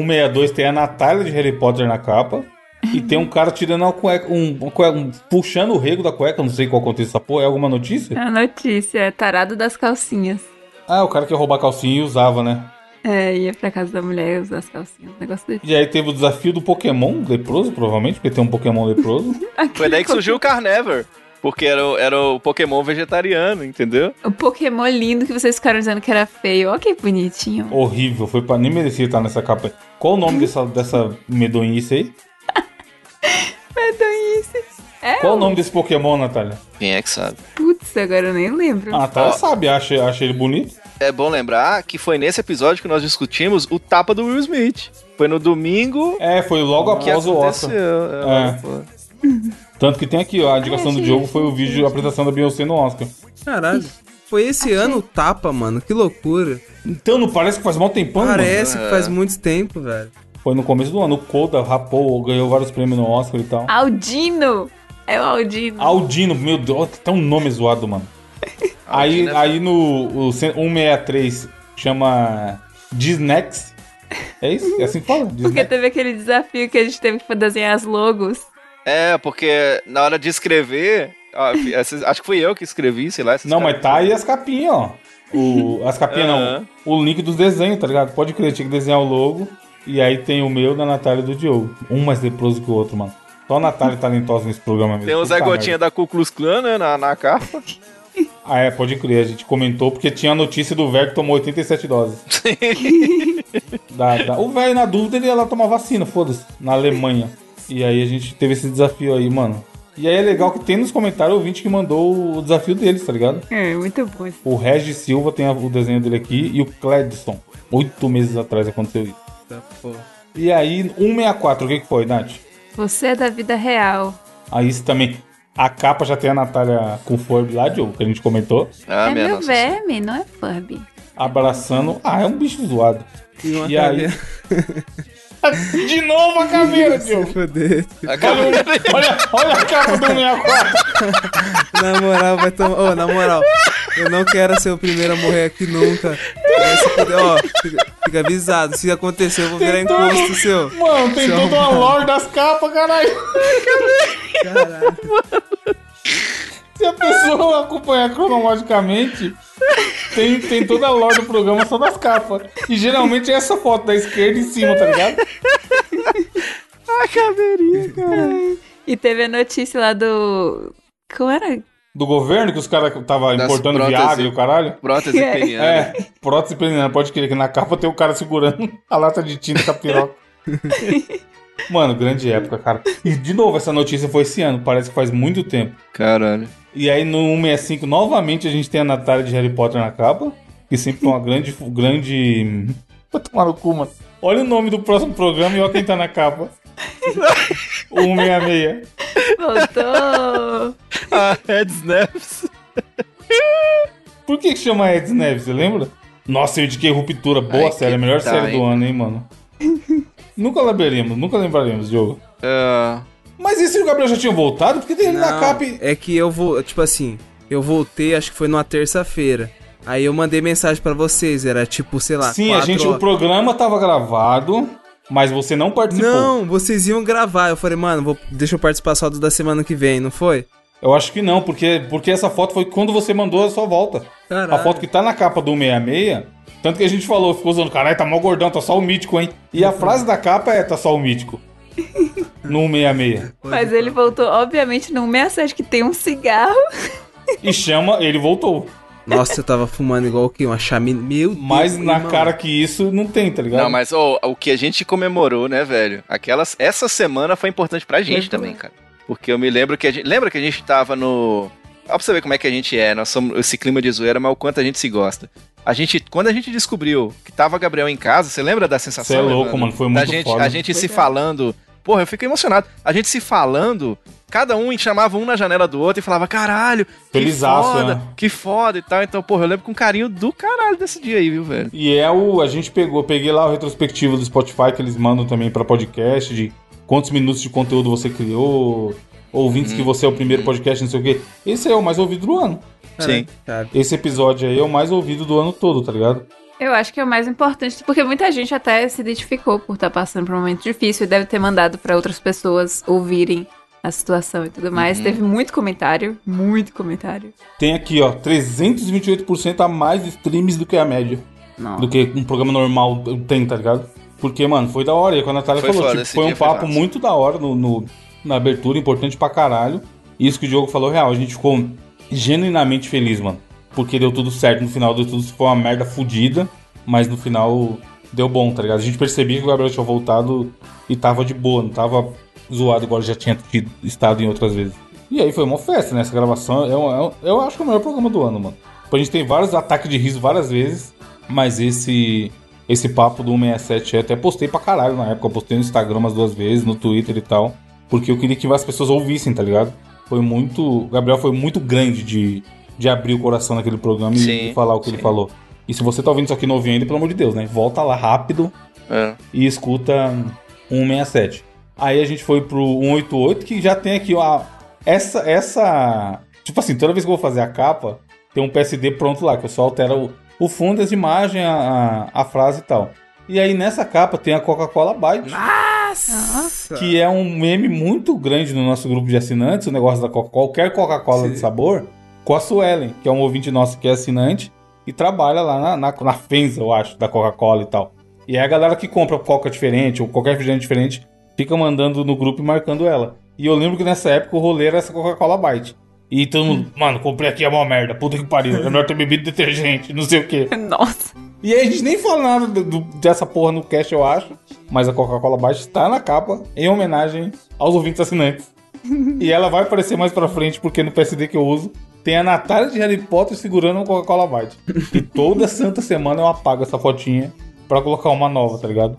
S1: 162 tem a Natália de Harry Potter na capa. E tem um cara tirando uma cueca. Um, uma cueca- um- puxando o rego da cueca. Não sei qual contexto essa porra. É alguma notícia?
S4: A notícia é tarado das calcinhas.
S1: Ah, o cara que ia roubar calcinha e usava, né?
S4: É, ia pra casa da mulher usar as calcinhas, um negócio desse.
S1: E aí teve o desafio do Pokémon leproso, provavelmente, porque tem um Pokémon leproso.
S2: Foi daí que surgiu o Carnevor, porque era o, era o Pokémon vegetariano, entendeu?
S4: O Pokémon lindo que vocês ficaram dizendo que era feio. Olha que bonitinho.
S1: Horrível, foi pra. Nem merecia estar nessa capa. aí. Qual o nome dessa, dessa medonhice aí?
S4: Medonhice. É,
S1: Qual o nome desse Pokémon, Natália?
S2: Quem é que sabe?
S4: putz, agora eu nem lembro.
S1: A Natália sabe, acha, acha ele bonito.
S2: É bom lembrar que foi nesse episódio que nós discutimos o tapa do Will Smith. Foi no domingo
S1: É, foi logo
S2: que
S1: após o
S2: aconteceu.
S1: Oscar.
S2: É,
S1: É.
S2: pô.
S1: Tanto que tem aqui, ó, a indicação
S4: Ah,
S1: do
S4: achei
S1: Diogo
S4: isso.
S1: foi o vídeo de apresentação da Beyoncé no Oscar.
S3: Caralho. Foi esse ano o tapa, mano. Que loucura.
S1: Então não parece que faz mal tempão, mano?
S3: Parece que
S2: é.
S3: faz muito tempo, velho.
S1: Foi no começo do ano. O Koda rapou, ganhou vários prêmios no Oscar e tal.
S4: Aldino! É o Aldino.
S1: Aldino, meu Deus, tá um nome zoado, mano. Aí,
S2: Aldino é-
S1: aí no o 163 chama Disnex. É isso? É assim que fala?
S4: Porque
S1: Disnex.
S4: teve aquele desafio que a gente teve que desenhar as logos.
S2: É, porque na hora de escrever. ó, esses- acho que fui eu que escrevi, sei lá. esses
S1: Não,
S2: caras-
S1: mas tá aí as capinhas, ó. O, as capinhas
S2: Aham.
S1: não. O link dos desenhos, tá ligado? Pode crer, tinha que desenhar o logo. E aí tem o meu, da Natália e do Diogo. Um mais leproso que o outro, mano. Só a Natália é talentosa nesse programa mesmo.
S2: Tem o Zé
S1: Puta
S2: Gotinha
S1: merda.
S2: da Ku Klux Klan, né, na, na capa.
S1: Ah, é, pode crer. A gente comentou porque tinha a notícia do velho que tomou 87 doses. Da- da- O velho, na dúvida, ele ia lá tomar vacina, foda-se, na Alemanha. E aí a gente teve esse desafio aí, mano. E aí é legal que tem nos comentários o ouvinte que mandou o desafio deles, tá ligado?
S4: É, muito bom. esse.
S1: O Regis Silva tem a- o desenho dele aqui e o Cledson. Oito meses atrás aconteceu isso.
S3: Tá, porra.
S1: E aí, 164, o que, que foi, Nath?
S4: Você é da vida real.
S1: Aí isso também. A capa já tem a Natália com o Forb lá, Diogo, que a gente comentou.
S2: Ah,
S4: é
S2: minha
S4: meu
S2: nossa senhora.
S4: verme, não é Furby.
S1: Abraçando. Ah, é um bicho zoado.
S3: E uma
S1: E aí?
S3: caveira.
S1: De novo a caveira, Diogo.
S3: Foder.
S2: A caveira-
S1: Olha, olha a capa do 164.
S3: Na moral, vai tomar. Ô, na moral, eu não quero ser o primeiro a morrer aqui nunca. É, se puder, ó, fica, fica avisado. Se acontecer, eu vou virar
S1: Tentou.
S3: encosto seu.
S1: Mano, tem
S3: Seu
S1: toda uma lore das capas, caralho.
S3: Caralho.
S1: Se a pessoa acompanhar cronologicamente, tem, tem toda a lore do programa só das capas. E geralmente é essa foto da esquerda em cima, tá ligado?
S2: a caveirinha, cara.
S4: E teve a notícia lá do. Como era?
S1: Do governo, que os caras estavam
S2: Das
S1: importando
S2: prótese.
S1: Viagra e o caralho.
S2: Prótese
S4: É.
S2: peniana.
S1: É, prótese peniana. Pode crer que na capa tem o cara segurando a lata de tinta com a piroca. Mano, grande época, cara. E de novo, essa notícia foi esse ano, parece que faz muito tempo.
S2: Caralho.
S1: E aí no 165, novamente, a gente tem a Natália de Harry Potter na capa, que sempre foi uma grande. grande. Vai tomar no cu, mano. Olha o nome do próximo programa e olha quem tá na capa. 166.
S4: Voltou.
S2: Ah, Ed
S1: né?
S2: Snaps.
S1: Por que, que chama Eds Neves, você lembra? Nossa, eu indiquei Ruptura. Boa
S2: Ai,
S1: série,
S2: que
S1: a melhor série do
S2: time.
S1: ano, hein, mano. nunca lembraremos, nunca lembraremos, Diogo.
S2: Ah,
S1: Mas e se o Gabriel já tinha voltado? Porque tem ele na
S3: Não,
S1: capa. e-
S3: É que eu vou, tipo assim, eu voltei, acho que foi numa terça-feira. Aí eu mandei mensagem pra vocês, era tipo, sei lá,
S1: Sim, a
S3: quatro
S1: gente, o
S3: horas.
S1: programa tava gravado, mas você não participou.
S3: Não, vocês iam gravar. Eu falei, mano, vou, deixa eu participar só do da semana que vem, não foi?
S1: Eu acho que não, porque, porque essa foto foi quando você mandou a sua volta.
S3: Caralho.
S1: A foto que tá na capa do 166, tanto que a gente falou, ficou usando, caralho, tá mó gordão, tá só o mítico, hein? E a frase da capa é, tá só o mítico. No 166.
S4: Mas ele voltou, obviamente, num 67 que tem um cigarro.
S1: E chama, ele voltou.
S3: Nossa, eu tava fumando igual o que? Uma chaminé. Meu Deus.
S1: Mas na
S3: irmão.
S1: cara que isso não tem, tá ligado?
S2: não, mas ô, o que a gente comemorou, né, velho? Aquelas, essa semana foi importante pra gente
S4: Foi.
S2: também, cara. Porque eu me lembro que a gente. Lembra que a gente tava no. Ó, pra você ver como é que a gente é. Nós somos esse clima de zoeira, mas o quanto a gente se gosta. A gente, quando a gente descobriu que tava Gabriel em casa, você lembra da sensação?
S1: Você é louco,
S2: Evandro?
S1: mano, foi
S2: da
S1: muito
S2: gente,
S1: foda.
S2: tá A gente se
S4: Pois é.
S2: falando. Porra, eu fico emocionado. A gente se falando, cada um chamava um na janela do outro e falava, caralho, que
S1: Felizaço,
S2: foda,
S1: né?
S2: que foda e tal. Então, porra, eu lembro com carinho do caralho desse dia aí, viu, velho?
S1: E é o. A gente pegou, peguei lá o retrospectivo do Spotify que eles mandam também pra podcast, de quantos minutos de conteúdo você criou,
S2: Uhum.
S1: ouvintes que você é o primeiro podcast, não sei o quê. Esse é o mais ouvido do ano.
S3: Caralho,
S2: Sim.
S3: cara.
S1: Esse episódio aí é o mais ouvido do ano todo, tá ligado?
S4: Eu acho que é o mais importante, porque muita gente até se identificou por estar passando por um momento difícil e deve ter mandado pra outras pessoas ouvirem a situação e tudo mais.
S2: Uhum.
S4: Teve muito comentário, muito comentário.
S1: Tem aqui, ó, 328% a mais streams do que a média.
S4: Nossa.
S1: Do que um programa normal tem, tá ligado? Porque, mano, foi da hora. E quando a Natália
S2: Foi
S1: falou,
S2: foda,
S1: tipo,
S2: esse
S1: foi um
S2: dia foi
S1: papo
S2: massa.
S1: muito da hora no, no- na abertura, importante pra caralho. E isso que o Diogo falou, real, a gente ficou genuinamente feliz, mano. Porque deu tudo certo, no final deu tudo, foi uma merda fodida, mas no final deu bom, tá ligado? A gente percebia que o Gabriel tinha voltado e tava de boa, não tava zoado igual ele já tinha tido- estado em outras vezes. E aí foi uma festa, né? Essa gravação, eu, eu, eu acho que é o melhor programa do ano, mano. Tipo, A gente tem vários ataques de riso várias vezes, mas esse esse papo do 167 eu até postei pra caralho na época. Eu postei no Instagram umas duas vezes, no Twitter e tal. Porque eu queria que as pessoas ouvissem, tá ligado? Foi muito. O Gabriel foi muito grande de, de abrir o coração naquele programa e-
S2: Sim,
S1: e falar o que ele
S2: sim.
S1: falou. E se você tá ouvindo isso aqui novinho ainda, pelo amor de Deus, né? Volta lá rápido
S2: É.
S1: e escuta um 167. Aí a gente foi pro 188, que já tem aqui, ó. Essa. essa tipo assim, toda vez que eu vou fazer a capa, tem um PSD pronto lá, que eu só altero o, o fundo, as imagens, a, a, a frase e tal. E aí nessa capa tem a Coca-Cola Byte,
S3: Nossa.
S1: que é um meme muito grande no nosso grupo de assinantes, o negócio da Coca qualquer Coca-Cola
S3: Sim.
S1: de sabor, com a Suelen, que é um ouvinte nosso que é assinante e trabalha lá na, na, na Fenza, eu acho, da Coca-Cola e tal. E aí a galera que compra Coca diferente ou qualquer refrigerante diferente fica mandando no grupo e marcando ela. E eu lembro que nessa época o rolê era essa Coca-Cola Byte. E todo mundo,
S3: Hum.
S1: mano, comprei aqui é uma merda, puta que pariu, é melhor ter bebido detergente, não sei o quê.
S4: Nossa.
S1: E aí a gente nem fala nada do- do- dessa porra no cast, eu acho. Mas a Coca-Cola Baixa está na capa em homenagem aos ouvintes assinantes. e ela vai aparecer mais pra frente, porque no PSD que eu uso tem a Natália de Harry Potter segurando uma Coca-Cola Baixa. E toda santa semana eu apago essa fotinha pra colocar uma nova, tá ligado?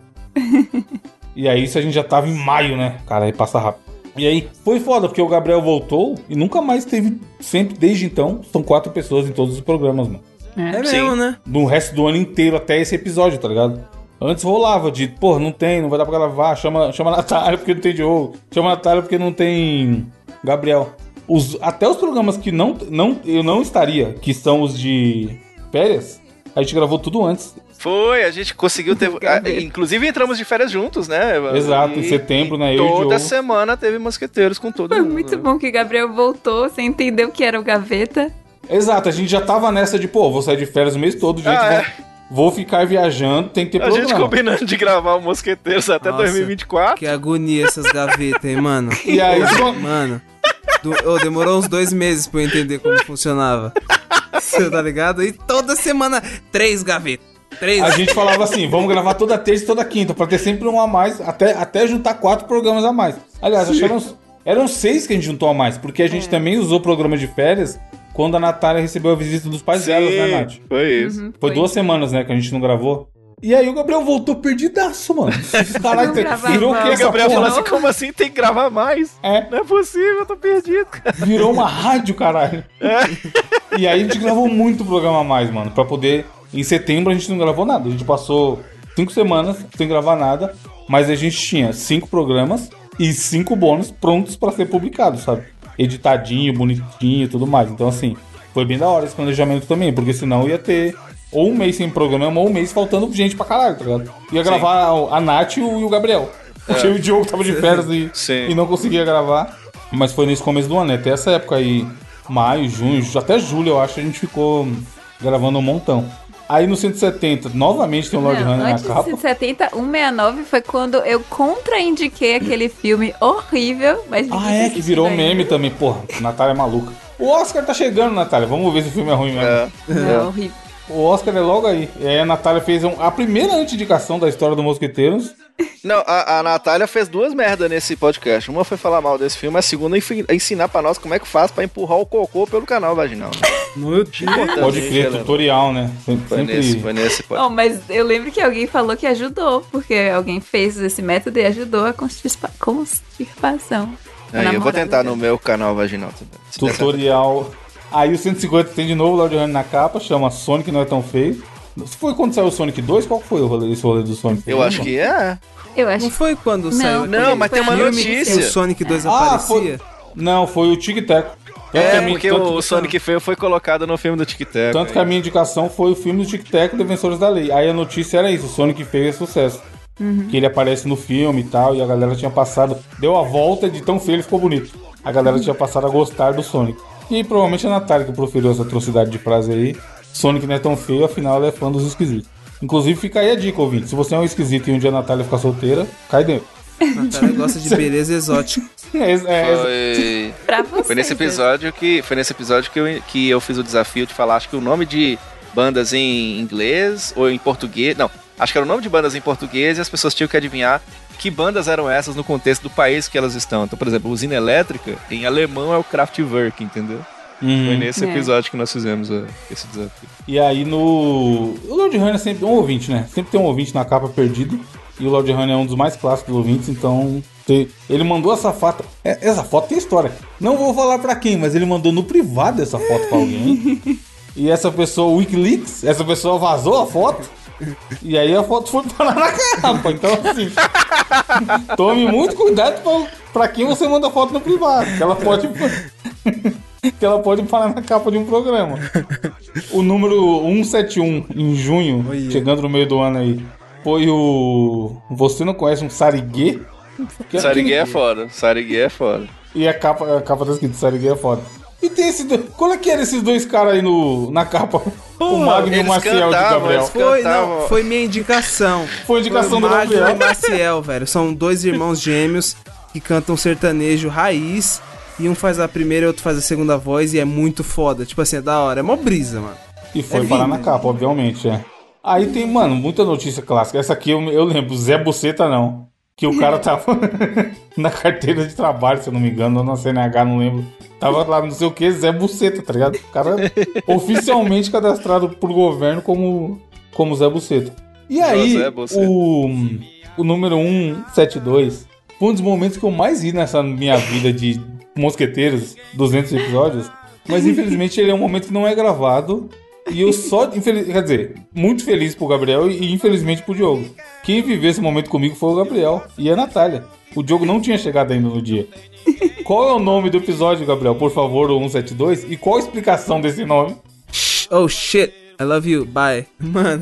S1: e aí isso a gente já tava em maio, né? Cara, aí passa rápido. E aí foi foda, porque o Gabriel voltou e nunca mais teve, sempre desde então, são quatro pessoas em todos os programas, mano
S3: É
S2: Sim.
S3: mesmo, né?
S1: no resto do ano inteiro até esse episódio, tá ligado? Antes rolava de, pô, não tem, não vai dar pra gravar, chama, chama a Natália porque não tem Diogo, chama a Natália porque não tem Gabriel. Os, até os programas que não, não, eu não estaria, que são os de férias, a gente gravou tudo antes.
S2: Foi, a gente conseguiu ter. a- inclusive entramos de férias juntos, né? Evandro?
S1: Exato, em
S2: E
S1: setembro, né? Eu e o
S2: Toda
S1: Diogo.
S2: semana teve mosqueteiros com todo
S4: Foi
S2: mundo.
S4: muito
S2: né?
S4: bom que Gabriel voltou sem entender o que era o gaveta.
S1: Exato, a gente já tava nessa de, pô, vou sair de férias o mês todo, gente,
S2: Ah,
S1: vou,
S2: é.
S1: vou ficar viajando, tem que ter
S2: A
S1: programa.
S2: gente combinando de gravar o Mosqueteiros até
S3: Nossa.
S2: 2024.
S3: Que agonia essas gavetas, hein, mano.
S1: E aí,
S3: Mano. do- ô, demorou uns dois meses pra eu entender como funcionava. Você tá ligado? E toda semana, três gavetas. Três.
S1: A gente falava assim, vamos gravar toda terça e toda quinta, pra ter sempre um a mais, até, até juntar quatro programas a mais. Aliás, acho que eram, eram seis que a gente juntou a mais, porque a
S4: É.
S1: gente também usou o programa de férias quando a Natália recebeu a visita dos pais delas, né, Nath?
S2: foi isso.
S4: Uhum.
S1: Foi, duas semanas, né, que a gente não gravou. E aí o Gabriel voltou perdidaço, mano. Caralho,
S4: Não
S1: tem-
S4: grava
S1: virou o
S4: mais.
S1: que
S2: Aí o
S1: essa
S2: Gabriel falou
S1: porra?
S2: assim: como assim? Tem que gravar mais?
S1: É,
S2: Não é possível, eu tô perdido, cara.
S1: virou uma rádio, caralho.
S2: É.
S1: E aí a gente gravou muito programa a mais, mano, pra poder... Em setembro a gente não gravou nada, a gente passou cinco semanas sem gravar nada, mas a gente tinha cinco programas e cinco bônus prontos pra ser publicados, sabe? Editadinho, bonitinho e tudo mais. Então, assim, foi bem da hora esse planejamento também, porque senão ia ter ou um mês sem programa ou um mês faltando gente pra caralho, tá ligado? Ia gravar a, a Nath e o, e o Gabriel. Porque o Diogo tava de férias e,
S2: É. Sim.
S1: e não conseguia gravar. Mas foi nesse começo do ano, né? Até essa época aí, maio, junho, ju- até julho, eu acho, a gente ficou gravando um montão. Aí no 170, novamente tem o Lord
S4: Não,
S1: Runner na
S4: antes
S1: capa.
S4: de um 70, 169 foi quando eu contraindiquei aquele filme horrível, mas ninguém
S1: Ah, é, que
S4: assistiu
S1: virou
S4: ainda.
S1: meme também. Porra, Natália é maluca. O Oscar tá chegando, Natália. Vamos ver se o filme é ruim mesmo.
S4: Não, horrível.
S1: O Oscar é logo aí. E aí a Natália fez um- a primeira antidicação da história do Mosqueteiros.
S2: Não, a, a Natália fez duas merdas nesse podcast. Uma foi falar mal desse filme, a segunda enfi- ensinar pra nós como é que faz pra empurrar o cocô pelo canal vaginal. Né?
S3: Meu Deus.
S2: Importante,
S1: Pode
S2: hein,
S1: crer,
S2: Tá galera?
S1: tutorial, né? Sempre,
S2: Foi
S1: sempre-
S2: nesse, foi nesse podcast.
S4: Oh, mas eu lembro que alguém falou que ajudou, porque alguém fez esse método e ajudou a constipa- constipação. da
S2: Aí, eu vou
S4: namorada
S2: tentar
S4: dele.
S2: no meu canal vaginal também. Se der certo.
S1: Tutorial. Aí o 150 tem de novo o Lord Honey na capa, chama Sonic Não É Tão Feio. Foi quando saiu o Sonic 2? Qual foi o rolê, esse rolê do Sonic?
S2: Eu acho que é.
S4: Eu acho
S3: Não foi quando saiu
S2: Não,
S4: foi-
S2: mas
S4: foi
S2: tem uma
S4: antes.
S3: que o
S2: notícia.
S3: Sonic 2
S1: Ah,
S3: aparecia?
S1: foi... Não, foi o Tic Tac. Tanto que a
S2: É,
S1: minha- Então
S2: porque
S1: tanto-
S2: o Sonic Feio foi colocado no filme do Tic Tac.
S1: Tanto que a minha indicação foi o filme do Tic Tac Defensores da Lei. Aí a notícia era isso, o Sonic feio é sucesso. Que ele aparece no filme e tal, e a galera tinha passado. Deu a volta de tão feio ele ficou bonito. A galera tinha passado a gostar do Sonic. E provavelmente a Natália que proferiu essa atrocidade de frase aí. Sonic não é tão feio, afinal ela é fã dos esquisitos. Inclusive fica aí a dica, ouvinte. Se você é um esquisito e um dia a Natália ficar solteira, cai dentro.
S3: Natália gosta Ah, tá, de beleza exótica.
S1: É, é, é,
S2: Foi,
S4: Pra você.
S2: foi nesse episódio que foi nesse episódio que eu, que eu fiz o desafio de falar acho que o nome de bandas em inglês ou em português não acho que era o nome de bandas em português e as pessoas tinham que adivinhar que bandas eram essas no contexto do país que elas estão então por exemplo usina elétrica em alemão é o Kraftwerk entendeu foi
S1: Hum.
S2: nesse
S4: É.
S2: episódio que nós fizemos ó, esse desafio
S1: E aí no. O Lord Honey é sempre um ouvinte, né? Sempre tem um ouvinte na capa perdido. E o Lord Honey é um dos mais clássicos dos ouvintes, então. tem- Ele mandou essa foto. É, Essa foto tem história. Não vou falar pra quem, mas ele mandou no privado essa foto pra alguém. E essa pessoa, Wikileaks, essa pessoa vazou a foto. E aí a foto foi parar na capa. Então, assim. Tome muito cuidado pra, pra quem você manda foto no privado. Que ela pode. que ela pode parar na capa de um programa. O número 171 em junho,
S3: Olha.
S1: chegando no meio do ano aí, foi o. Você não conhece um Sariguê? Que-
S2: Sarigué é foda Sarigué é foda
S1: E a capa, a capa tá escrito Sariguê é foda. E tem esse. do- Qual é que eram esses dois caras aí no, na capa? o Magno e o
S2: eles
S1: Maciel de
S2: cantavam,
S1: Gabriel.
S2: eles
S3: Foi, não,
S2: Cantava.
S3: foi minha indicação.
S1: Então, Foi a indicação do
S3: Foi Magno
S1: Gabriel.
S3: e Maciel, velho. São dois irmãos gêmeos que cantam sertanejo raiz. E um faz a primeira e outro faz a segunda voz. E é muito foda. Tipo assim, é da hora. É mó brisa, mano.
S1: E foi
S3: É
S1: parar
S3: lindo.
S1: na capa, obviamente, é. Aí tem, mano, muita notícia clássica. Essa aqui eu, eu lembro, Zé Buceta não. Que o cara tava na carteira de trabalho, se eu não me engano, ou na CNH, não lembro. Tava lá, não sei o que, Zé Buceta, tá ligado? O cara oficialmente cadastrado por governo como, como Zé Buceta. E aí,
S2: José Buceta.
S1: o, o número 172 foi um dos momentos que eu mais ri nessa minha vida de mosqueteiros, 200 episódios. Mas infelizmente ele é um momento que não é gravado. E eu só. infeliz- quer dizer, muito feliz pro Gabriel e infelizmente pro Diogo. Quem viveu esse momento comigo foi o Gabriel e a Natália. O Diogo não tinha chegado ainda no dia. Qual é o nome do episódio, Gabriel? Por favor, o 172? E qual a explicação desse nome?
S3: Oh shit, I love you, bye. Mano,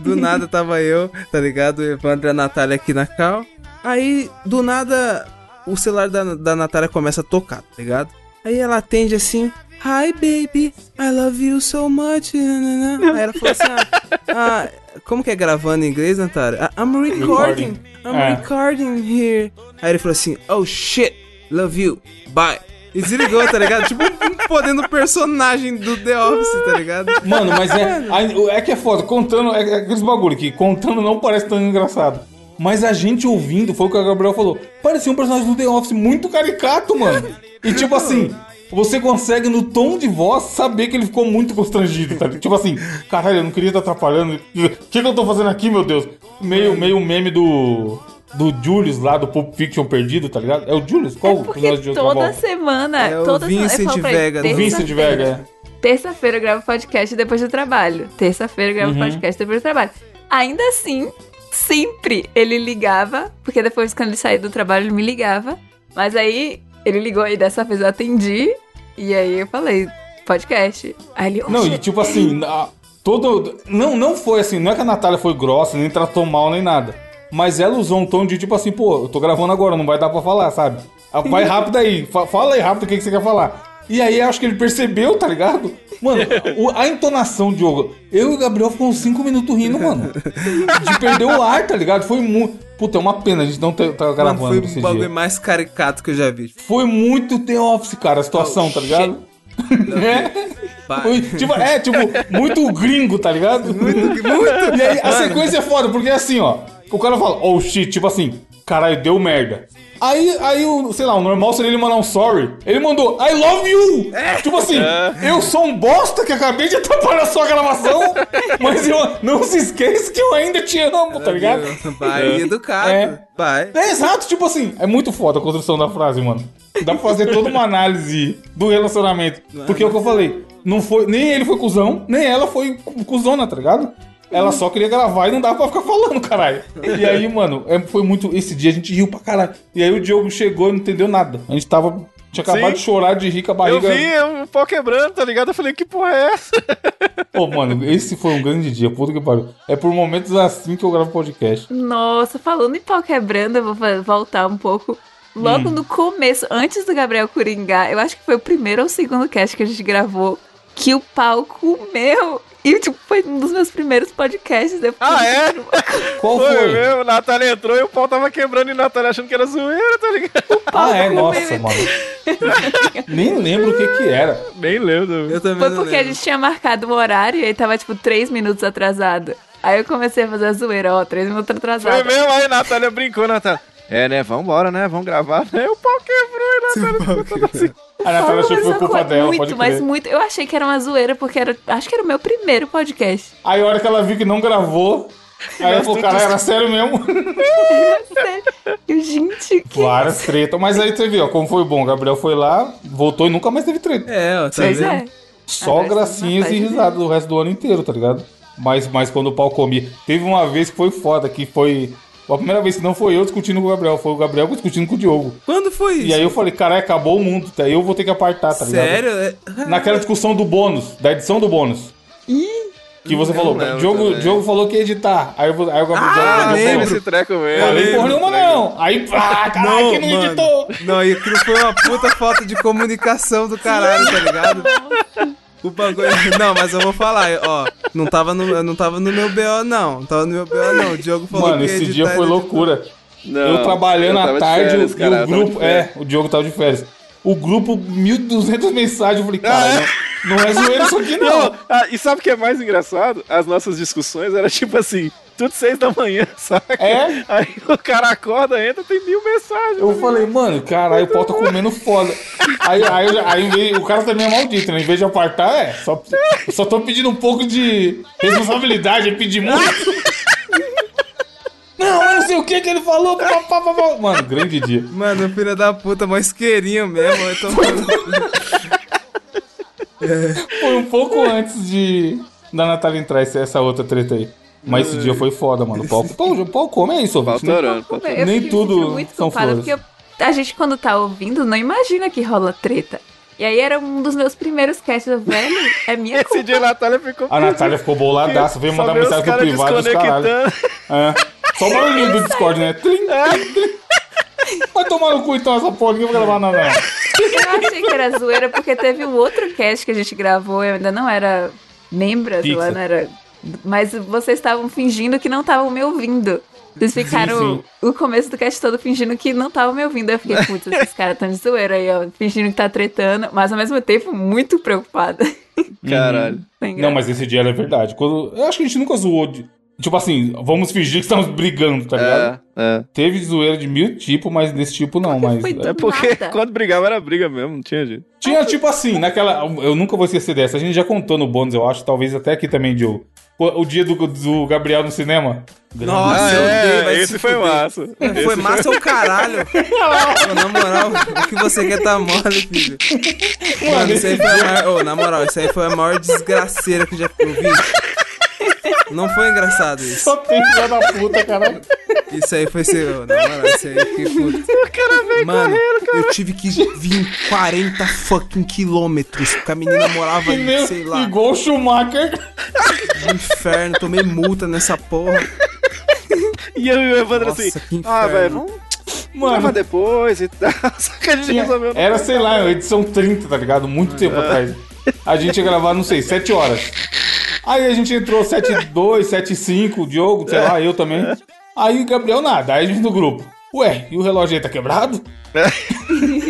S3: do nada tava eu, tá ligado? O Evandro e a Natália aqui na cal. Aí, do nada, o celular da, da Natália começa a tocar, tá ligado? Aí ela atende assim: Hi baby, I love you so much. nananã. Aí ela falou assim: ah, ah, como que é gravando em inglês, Natália? "Ah, I'm recording, I'm
S1: É.
S3: recording here. Aí ele falou assim: Oh shit, love you, bye. E desligou, tá ligado? Tipo um podendo personagem do The Office, tá ligado?
S1: Mano, mas é, a- é que é foda. Contando, é, é aqueles bagulho que contando não parece tão engraçado. Mas a gente ouvindo, foi o que a Gabriel falou. Parecia um personagem do The Office muito caricato, mano. E tipo assim, você consegue, no tom de voz, saber que ele ficou muito constrangido, tá? Tipo assim, caralho, eu não queria estar atrapalhando. O que, que eu tô fazendo aqui, meu Deus? Meio, meio meme do. Do Julius lá do Pulp Fiction perdido, tá ligado? É o Julius? Qual
S4: é
S1: o personagem
S4: porque
S1: de John
S4: toda
S1: Travolta?
S4: semana.
S3: É o
S4: toda semana- eu
S3: Vincent
S4: falo pra ele,
S3: Vega, né?
S1: O Vincent
S4: terça-feira-
S1: Vega, é.
S4: Terça-feira eu gravo podcast depois do trabalho. Terça-feira eu
S1: Uhum.
S4: gravo podcast depois do trabalho. Ainda assim, sempre ele ligava, porque depois quando ele saía do trabalho ele me ligava. Mas aí ele ligou e dessa vez eu atendi. E aí eu falei, podcast. Aí ele,
S1: Não,
S4: "Oxe,
S1: e tipo assim, a- todo. Não, não foi assim, não é que a Natália foi grossa, nem tratou mal, nem nada. Mas ela usou um tom de tipo assim, pô, eu tô gravando agora, não vai dar pra falar, sabe? Ah, Vai rápido aí, fa- fala aí rápido o que, que você quer falar. E aí acho que ele percebeu, tá ligado? Mano, o- a entonação, Diogo. Eu e o Gabriel ficamos cinco minutos rindo, mano. De perder o ar, tá ligado? Foi muito. Puta, é uma pena a gente não ter- tá
S3: Mano,
S1: gravando
S3: foi
S1: esse
S3: o bagulho
S1: dia.
S3: mais caricato que eu já vi.
S1: Foi muito The Office, cara, a situação,
S3: Oh,
S1: tá ligado? É.
S3: Pá.
S1: Oi, tipo, é, tipo, muito gringo, tá ligado? Muito, muito. E aí a sequência é foda, porque é assim, ó. O cara fala, oh shit, tipo assim, caralho, deu merda. Aí, aí o, sei lá, o normal seria ele mandar um sorry. Ele mandou, I love you! Tipo assim, eu sou um bosta que acabei de atrapalhar a sua gravação, mas eu não se esqueça que eu ainda te amo, tá ligado?
S3: Vai educado.
S1: É.
S3: Vai.
S1: É exato, tipo assim, é muito foda a construção da frase, mano. Dá pra fazer toda uma análise do relacionamento. Porque é o que eu falei, não foi, nem ele foi cuzão, nem ela foi cu- cuzona, tá ligado? Ela só queria gravar e não dava pra ficar falando, caralho. E aí, mano, é- foi muito. Esse dia a gente riu pra caralho. E aí o Diogo chegou e não entendeu nada. A gente tava. Tinha acabado
S2: Sim.
S1: de chorar de rir com a
S2: Eu
S1: barriga.
S2: vi o pau quebrando, tá ligado? Eu falei, que porra é essa?
S1: Pô, mano, esse foi um grande dia, puta que pariu. É por momentos assim que eu gravo podcast.
S4: Nossa, falando em pau quebrando, eu vou fa- voltar um pouco. Logo no começo, antes do Gabriel Coringar, eu acho que foi o primeiro ou o segundo cast que a gente gravou, que o pau comeu. E, tipo, foi um dos meus primeiros podcasts. tipo, Depois
S2: Ah, é?
S1: Qual
S2: Foi,
S1: foi?
S2: mesmo, Natália entrou e o pau tava quebrando e Natália achando que era zoeira, tá ligado?
S1: Ah, é,
S4: com
S1: nossa,
S4: bebê.
S1: mano. Nem lembro o que que era.
S2: Nem lembro.
S3: Eu também
S4: Foi
S3: não
S4: porque a
S3: lembro.
S4: gente tinha marcado um horário e aí tava, tipo, três minutos atrasado. Aí eu comecei a fazer a zoeira, ó, três minutos
S2: Foi
S1: É
S4: atrasado.
S2: mesmo, aí Natália brincou, Natália. É, né? Vambora, né? Vamos gravar, né? O pau quebrou e Natália ficou toda assim.
S1: A
S4: Paulo
S1: Natália achou que foi
S4: começou a
S1: é culpa
S4: correr
S1: dela,
S4: muito,
S1: pode
S4: mas
S1: crer.
S4: muito. Eu achei que era uma zoeira, porque era, acho que era o meu primeiro podcast.
S1: Aí a hora que ela viu que não gravou, aí ela falou, cara, era sério mesmo?
S4: Sério. Eu, gente, que
S1: Várias treta. Mas aí você viu, ó, como foi bom. O Gabriel foi lá, voltou e nunca mais teve treta.
S3: É, ó, tá
S4: Pois
S3: vendo?
S4: é.
S1: Só
S4: Agora
S1: gracinhas
S4: estamos
S1: e
S4: na paz, né?
S1: risadas o resto do ano inteiro, tá ligado? Mas, mas quando o pau comia. Teve uma vez que foi foda, que foi. A primeira vez que não foi eu discutindo com o Gabriel, foi o Gabriel discutindo com o Diogo.
S3: Quando foi isso?
S1: E aí eu falei, caralho, acabou o mundo, daí eu vou ter que apartar, tá ligado?
S3: Sério? É-
S1: Naquela discussão do bônus, da edição do bônus. Que você falou,
S2: lembro
S1: Diogo,
S2: também.
S1: Diogo falou que ia editar. Aí, eu, vou- aí o Gabriel
S3: Ah,
S1: Diogo-
S2: Eu lembro
S3: lembro.
S2: esse treco mesmo.
S1: Falei porra nenhuma,
S2: Treco.
S1: não. Aí, ah, caralho, que não
S3: mano.
S1: editou.
S3: Não, e aquilo foi uma puta falta de comunicação do caralho, tá ligado? O bagulho. Não, mas eu vou falar, ó. Não tava no, eu não tava no meu BO, não. Não tava no meu BO, não. O Diogo falou
S1: Mano,
S3: que ia
S1: esse
S3: editar,
S1: dia foi
S3: ele editou.
S1: loucura.
S2: Não,
S1: eu trabalhando
S2: eu tava
S1: à
S2: de
S1: tarde
S2: férias,
S1: e
S2: cara, eu
S1: o
S2: tava de
S1: grupo.
S2: férias.
S1: É, o Diogo tava de férias. O grupo, 1.200 mensagens. Eu falei, cara, não, não é zoeira isso aqui, não.
S2: Não, ah, e sabe o que é mais engraçado? As nossas discussões eram tipo assim, tudo seis da manhã, saca?
S1: É?
S2: Aí o cara acorda, entra, tem mil mensagens.
S1: Eu falei, mano, caralho, o pau tá comendo foda. Aí, aí, eu já- aí em vez- o cara também é maldito, né? Em vez de apartar, é. Só, só tô pedindo um pouco de responsabilidade, eu pedi muito. Não, eu não sei o que que ele falou. pá, pá, pá, pá. Mano, grande dia.
S3: Mano, filho da puta, mó isqueirinho mesmo. Eu tô falando.
S1: Foi um pouco antes de da Natália entrar esse- essa outra treta aí. Mas esse dia foi foda, mano. O pau, pau, o pau come é isso, ouvinte. né?
S2: Faltorando,
S4: Como
S2: faltorando.
S4: é? Eu
S1: Nem
S4: fiquei
S1: tudo
S4: muito
S1: são
S4: culpada,
S1: flores.
S4: porque eu- a gente, quando tá ouvindo, não imagina que rola treta. E aí era um dos meus primeiros casts, eu, velho, é minha
S2: Esse
S4: culpa.
S2: dia a Natália ficou...
S1: A Natália ficou boladaça, veio mandar
S2: Só vê os
S1: mensagem no
S2: caras
S1: privado dos caralho.
S2: desconectando.
S1: É. Só o barulhinho do Discord, né? Trim,
S2: É.
S1: trim, trim. Vai tomar no cu então essa porra, ninguém vai gravar nada. não.
S4: Eu achei que era zoeira, porque teve um outro cast que a gente gravou, eu ainda não era membra, sei lá,
S1: Fixa.
S4: não era. Mas vocês estavam fingindo que não estavam me ouvindo. Vocês ficaram
S1: sim.
S4: o começo do cast todo fingindo que não estavam me ouvindo. Eu fiquei, putz, esses caras tão de zoeira aí, ó, fingindo que tá tretando, mas ao mesmo tempo muito preocupada.
S2: Caralho.
S1: Não,
S4: Foi
S2: Hum.
S4: engraçado.
S1: é mas esse dia era verdade. Quando- Eu acho que a gente nunca zoou de- Tipo assim, vamos fingir que estamos brigando, tá ligado?
S2: É, é.
S1: Teve zoeira de mil tipo, mas desse tipo não. Mas
S4: foi
S2: É
S4: Do
S2: porque
S4: nada.
S2: quando brigava era briga mesmo, não tinha jeito.
S1: Tinha tipo assim, naquela. Eu nunca vou esquecer dessa. A gente já contou no bônus, eu acho, talvez até aqui também, Joe. O, o dia do, do Gabriel no cinema. Ah,
S3: Nossa, eu
S1: é,
S3: odeio, vai
S2: esse
S3: se
S2: foi
S3: fuder.
S2: massa. Esse
S3: Foi massa é o caralho. Ô, na moral, o que você quer tá mole, filho. Mano, isso aí foi a maior. Ô, na moral, isso aí foi a maior desgraceira que já eu vi. Não foi engraçado isso.
S1: Só tem filha da puta, caralho.
S3: Isso aí foi seu. Na moral, isso aí eu fiquei puto. Mano, eu tive que vir 40 fucking quilômetros. Porque a menina morava
S1: Que
S3: em,
S1: nem-
S3: sei lá, no
S1: Igual o Schumacher.
S3: inferno. Tomei multa nessa porra.
S2: E eu e o Evandro
S3: Nossa, que
S2: assim,
S3: inferno.
S2: ah, velho, vamos gravar
S1: Mano,
S2: depois e tal. Só que a gente
S1: tinha-
S2: resolveu.
S1: era, sei lá, edição 30, tá ligado? Muito tempo
S3: É.
S1: atrás. A gente ia gravar, não sei, 7 horas. Aí a gente entrou 7-2, 7-5, o Diogo, sei lá, eu também. Aí o Gabriel nada, aí a gente no grupo. Ué, e o relógio aí tá quebrado?
S3: É.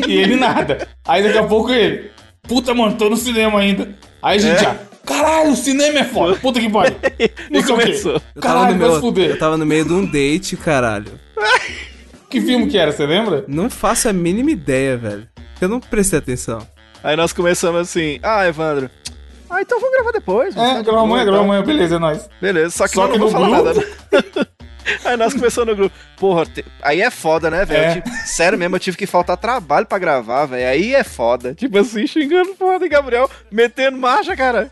S1: E ele nada. Aí daqui a pouco ele. Puta, mano, tô no cinema ainda. Aí a gente
S3: É.
S1: já. Caralho, o cinema é foda. Puta que pariu. Não
S2: E
S1: sei o
S2: começou.
S1: quê.
S3: Eu tava,
S1: Caralho,
S3: no
S1: vai se
S3: meu, eu
S1: fuder.
S3: tava no meio de um date, caralho.
S1: Que filme que era, você lembra?
S3: Não faço a mínima ideia, velho. Eu não prestei atenção.
S2: Aí nós começamos assim, ah, Evandro. Ah, então vamos gravar depois. mano, tá
S1: É,
S2: de
S1: grava
S2: boa
S1: amanhã,
S2: e
S1: grava
S2: tal."
S1: amanhã, beleza, é nóis.
S2: Beleza, só que
S1: Só
S2: eu não
S1: que
S2: vou
S1: no
S2: falar
S1: grupo-
S2: nada. né? Aí nós começamos no grupo. Porra, te- aí é foda, né, velho?
S1: É.
S2: Eu tive- Sério mesmo, eu tive que faltar trabalho pra gravar, velho. Aí é foda. Tipo assim, xingando foda e Gabriel metendo marcha, cara.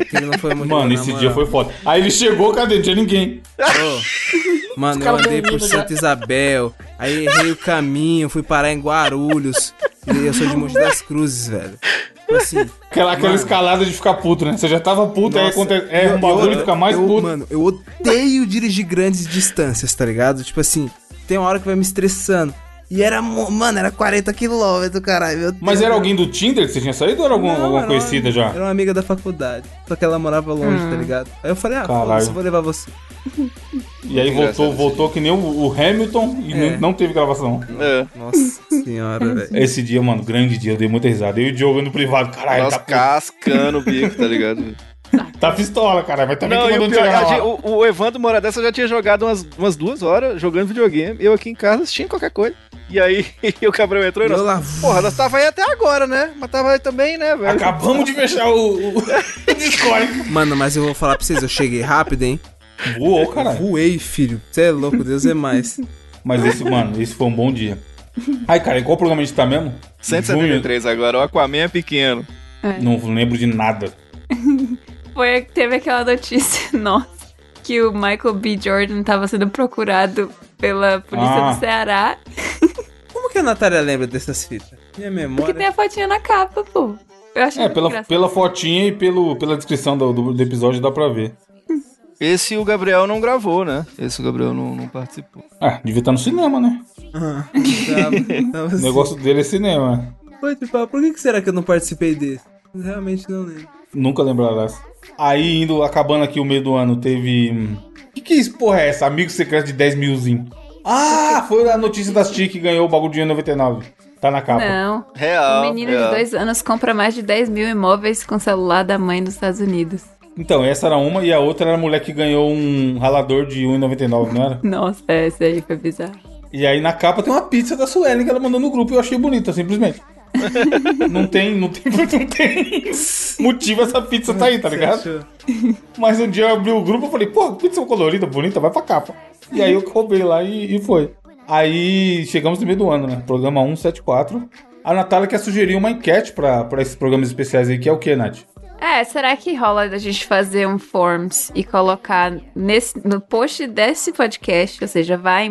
S3: Aquilo não foi muito bom,
S1: Mano,
S3: na
S1: esse
S3: moral.
S1: dia foi foda. Aí ele chegou, cadê? Não tinha ninguém.
S3: Ô, Mano, eu andei por
S1: né?
S3: Santa Isabel, aí errei o caminho, fui parar em Guarulhos. E eu sou de Monte das Cruzes, velho. Tipo assim,
S1: Aquela, aquela
S3: Mano.
S1: escalada de ficar puto, né? Você já tava puto, aí
S3: Nossa,
S1: acontece. É,
S3: eu-
S1: um bagulho
S3: eu-
S1: fica mais
S3: eu,
S1: puto.
S3: Mano, eu odeio dirigir grandes distâncias, tá ligado? Tipo assim, tem uma hora que vai me estressando. E era, mo- mano, era 40 quilômetros, caralho. meu
S1: Mas
S3: Deus.
S1: era alguém do Tinder que você tinha saído ou era alguma,
S3: Não,
S1: alguma
S3: era uma-
S1: conhecida já?
S3: Era uma amiga da faculdade. Só que ela morava longe, tá ligado? Aí eu falei, ah,
S1: Caralho.
S3: foda-se, vou levar você.
S1: E aí
S2: Engraçado
S1: voltou,
S2: esse
S1: voltou que nem o, o Hamilton e
S3: É.
S1: não- não teve gravação.
S2: É.
S3: Nossa senhora, velho.
S1: Esse dia, mano, grande dia, eu dei muita risada. Eu e o Diogo no privado, caralho,
S2: Nós
S1: tá, puto,
S2: cascando o bico, tá ligado?
S1: tá pistola, caralho, mas também
S2: Não,
S1: que
S2: e o
S1: mandou
S2: pior,
S1: tirar.
S2: a
S1: lá.
S2: gente- o, o Evandro Moradessa já tinha jogado umas, umas duas horas jogando videogame, eu aqui em casa assistindo qualquer coisa. E aí o Gabriel entrou e
S3: Eu
S2: nós.
S3: lá,
S2: Porra, nós tava aí até agora, né? Mas tava aí também, né, velho?
S1: Acabamos de fechar o, o... o Discord.
S3: Mano, mas eu vou falar pra vocês, eu cheguei rápido, hein?
S1: Voou, caralho.
S3: Ruei, filho. Você é louco, Deus é mais.
S1: Mas esse, mano, esse foi um bom dia. Ai, cara, e qual programa a gente tá mesmo?
S2: 173 agora, o Aquaman é pequeno.
S1: Junho? Não lembro de nada.
S4: Foi que teve aquela notícia nossa que o Michael B. Jordan tava sendo procurado pela polícia
S1: Ah.
S4: do Ceará.
S3: Como que a Natália lembra dessas fitas? Minha
S4: Porque
S3: memória.
S4: tem a fotinha na capa, pô. Eu achei
S1: É,
S4: muito
S1: pela,
S4: engraçado.
S1: pela fotinha e pelo, pela descrição do, do- do episódio dá pra ver.
S2: Esse o Gabriel não gravou, né? Esse o Gabriel não, não participou.
S1: Ah, devia estar no cinema, né?
S3: Ah, tava, tava
S1: O
S3: assim.
S1: negócio dele é cinema.
S3: Pô, tipo, por que que será que eu não participei desse? Realmente não lembro.
S1: Nunca lembrarás. Aí, indo, acabando aqui o meio do ano, teve. hum, Que que é isso, porra, é essa? Amigo secreto de 10 milzinho. Ah, foi a notícia da Chic que ganhou o bagulho de 99. Tá na capa.
S4: Não.
S2: Real.
S4: um menino
S2: real.
S4: de dois anos compra mais de 10 mil imóveis com celular da mãe nos Estados Unidos.
S1: Então, essa era uma e a outra era a mulher que ganhou um ralador de 1,99, não era?
S4: Nossa, essa aí foi bizarro.
S1: E aí na capa tem uma pizza da Suelen que ela mandou no grupo e eu achei bonita, simplesmente. não tem, não tem, não tem motivo essa pizza tá aí, tá ligado?
S3: Você achou?
S1: Mas um dia eu abri o grupo e falei, pô, pizza colorida, bonita, vai pra capa. E aí eu roubei lá e, e foi. Aí chegamos no meio do ano, né? Programa 174. A Natália quer sugerir uma enquete pra, pra esses programas especiais aí, que é o quê, Nath?
S4: É, será que rola da gente fazer um forms e colocar nesse, no post desse podcast, ou seja, vá em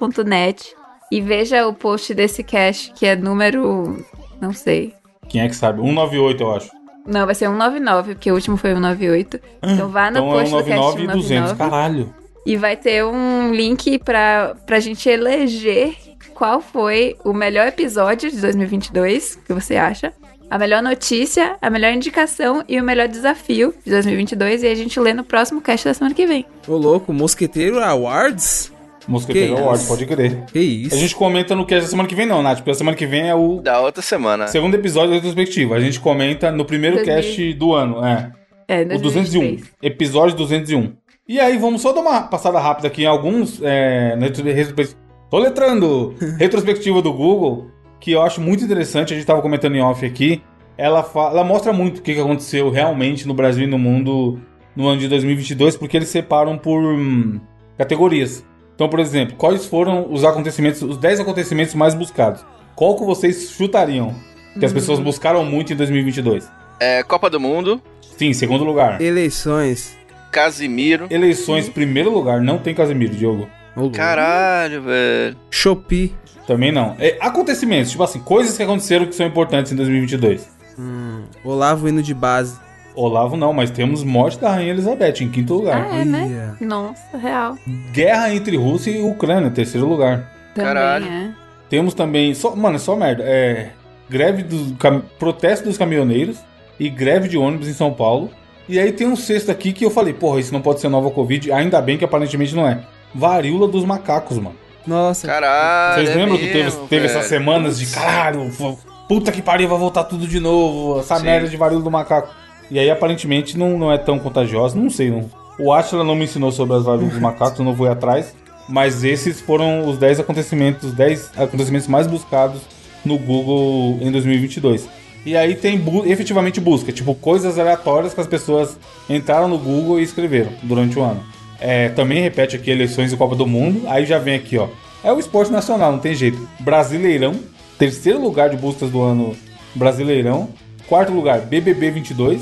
S4: mosqueteiros.net e veja o post desse cast que é número, não sei.
S1: Quem é que sabe? 198, eu acho.
S4: Não, vai ser 199, porque o último foi 198. Então vá no
S1: então é
S4: post do cast
S1: 199 e 200.
S4: 199
S1: Caralho.
S4: e vai ter um link pra, pra gente eleger qual foi o melhor episódio de 2022, que você acha? A melhor notícia, a melhor indicação e o melhor desafio de 2022 e a gente lê no próximo cast da semana que vem.
S3: Ô, louco, Mosqueteiro Awards?
S1: Mosqueteiro
S3: Que
S1: Award,
S3: isso?
S1: pode crer.
S3: Que isso?
S1: A gente comenta no cast da semana que vem, não, Nath, porque a semana que vem é o
S2: Da outra semana.
S1: segundo episódio retrospectivo. A gente comenta no primeiro
S4: Dois mil.
S1: cast do ano, é.
S4: É,
S1: O 201.
S4: 2023.
S1: Episódio 201. E aí, vamos só dar uma passada rápida aqui em alguns. É, na retro- retro- tô letrando! Retrospectiva do Google, que eu acho muito interessante, a gente tava comentando em off aqui. Ela, fa- ela mostra muito o que que aconteceu realmente no Brasil e no mundo no ano de 2022, porque eles separam por hum, categorias. Então, por exemplo, quais foram os acontecimentos, os 10 acontecimentos mais buscados? Qual que vocês chutariam? Que
S4: Uhum.
S1: as pessoas buscaram muito em 2022.
S5: É, Copa do Mundo,
S1: Sim, segundo lugar.
S3: Eleições.
S5: Casimiro.
S1: Eleições, primeiro lugar, não tem Casemiro, Diogo.
S5: Caralho, velho.
S3: Shopee.
S1: Também não. É, acontecimentos, tipo assim, coisas que aconteceram que são importantes em 2022.
S3: Hum, Olavo indo de base.
S1: Olavo não, mas temos morte da Rainha Elizabeth em quinto lugar.
S4: Ah, é, né?
S3: Ia.
S4: Nossa, real.
S1: Guerra entre Rússia e Ucrânia, terceiro lugar.
S4: Também
S5: Caralho.
S4: é.
S1: Temos também, só, mano, é só merda. É greve dos cam- protesto dos caminhoneiros e greve de ônibus em São Paulo. E aí tem um sexto aqui que eu falei, porra, isso não pode ser nova Covid, ainda bem que aparentemente não é. Varíola dos macacos, mano.
S3: Nossa.
S5: Caralho.
S1: Vocês
S5: é
S1: lembram que
S5: mesmo,
S1: teve, teve
S5: velho.
S1: essas semanas de caralho, fu- puta que pariu, vai voltar tudo de novo, essa
S5: Sim.
S1: merda de varíola do macaco. E aí aparentemente não, não é tão contagiosa, não sei. Não. O Atila não me ensinou sobre as varíolas dos macacos, eu não vou ir atrás. Mas esses foram os 10 acontecimentos, os 10 acontecimentos mais buscados no Google em 2022. E aí tem bu- efetivamente busca, tipo coisas aleatórias que as pessoas entraram no Google e escreveram durante o ano. É, também repete aqui eleições e Copa do Mundo. Aí já vem aqui, ó. É o esporte nacional, não tem jeito. Brasileirão, terceiro lugar de buscas do ano Brasileirão. Quarto lugar, BBB 22.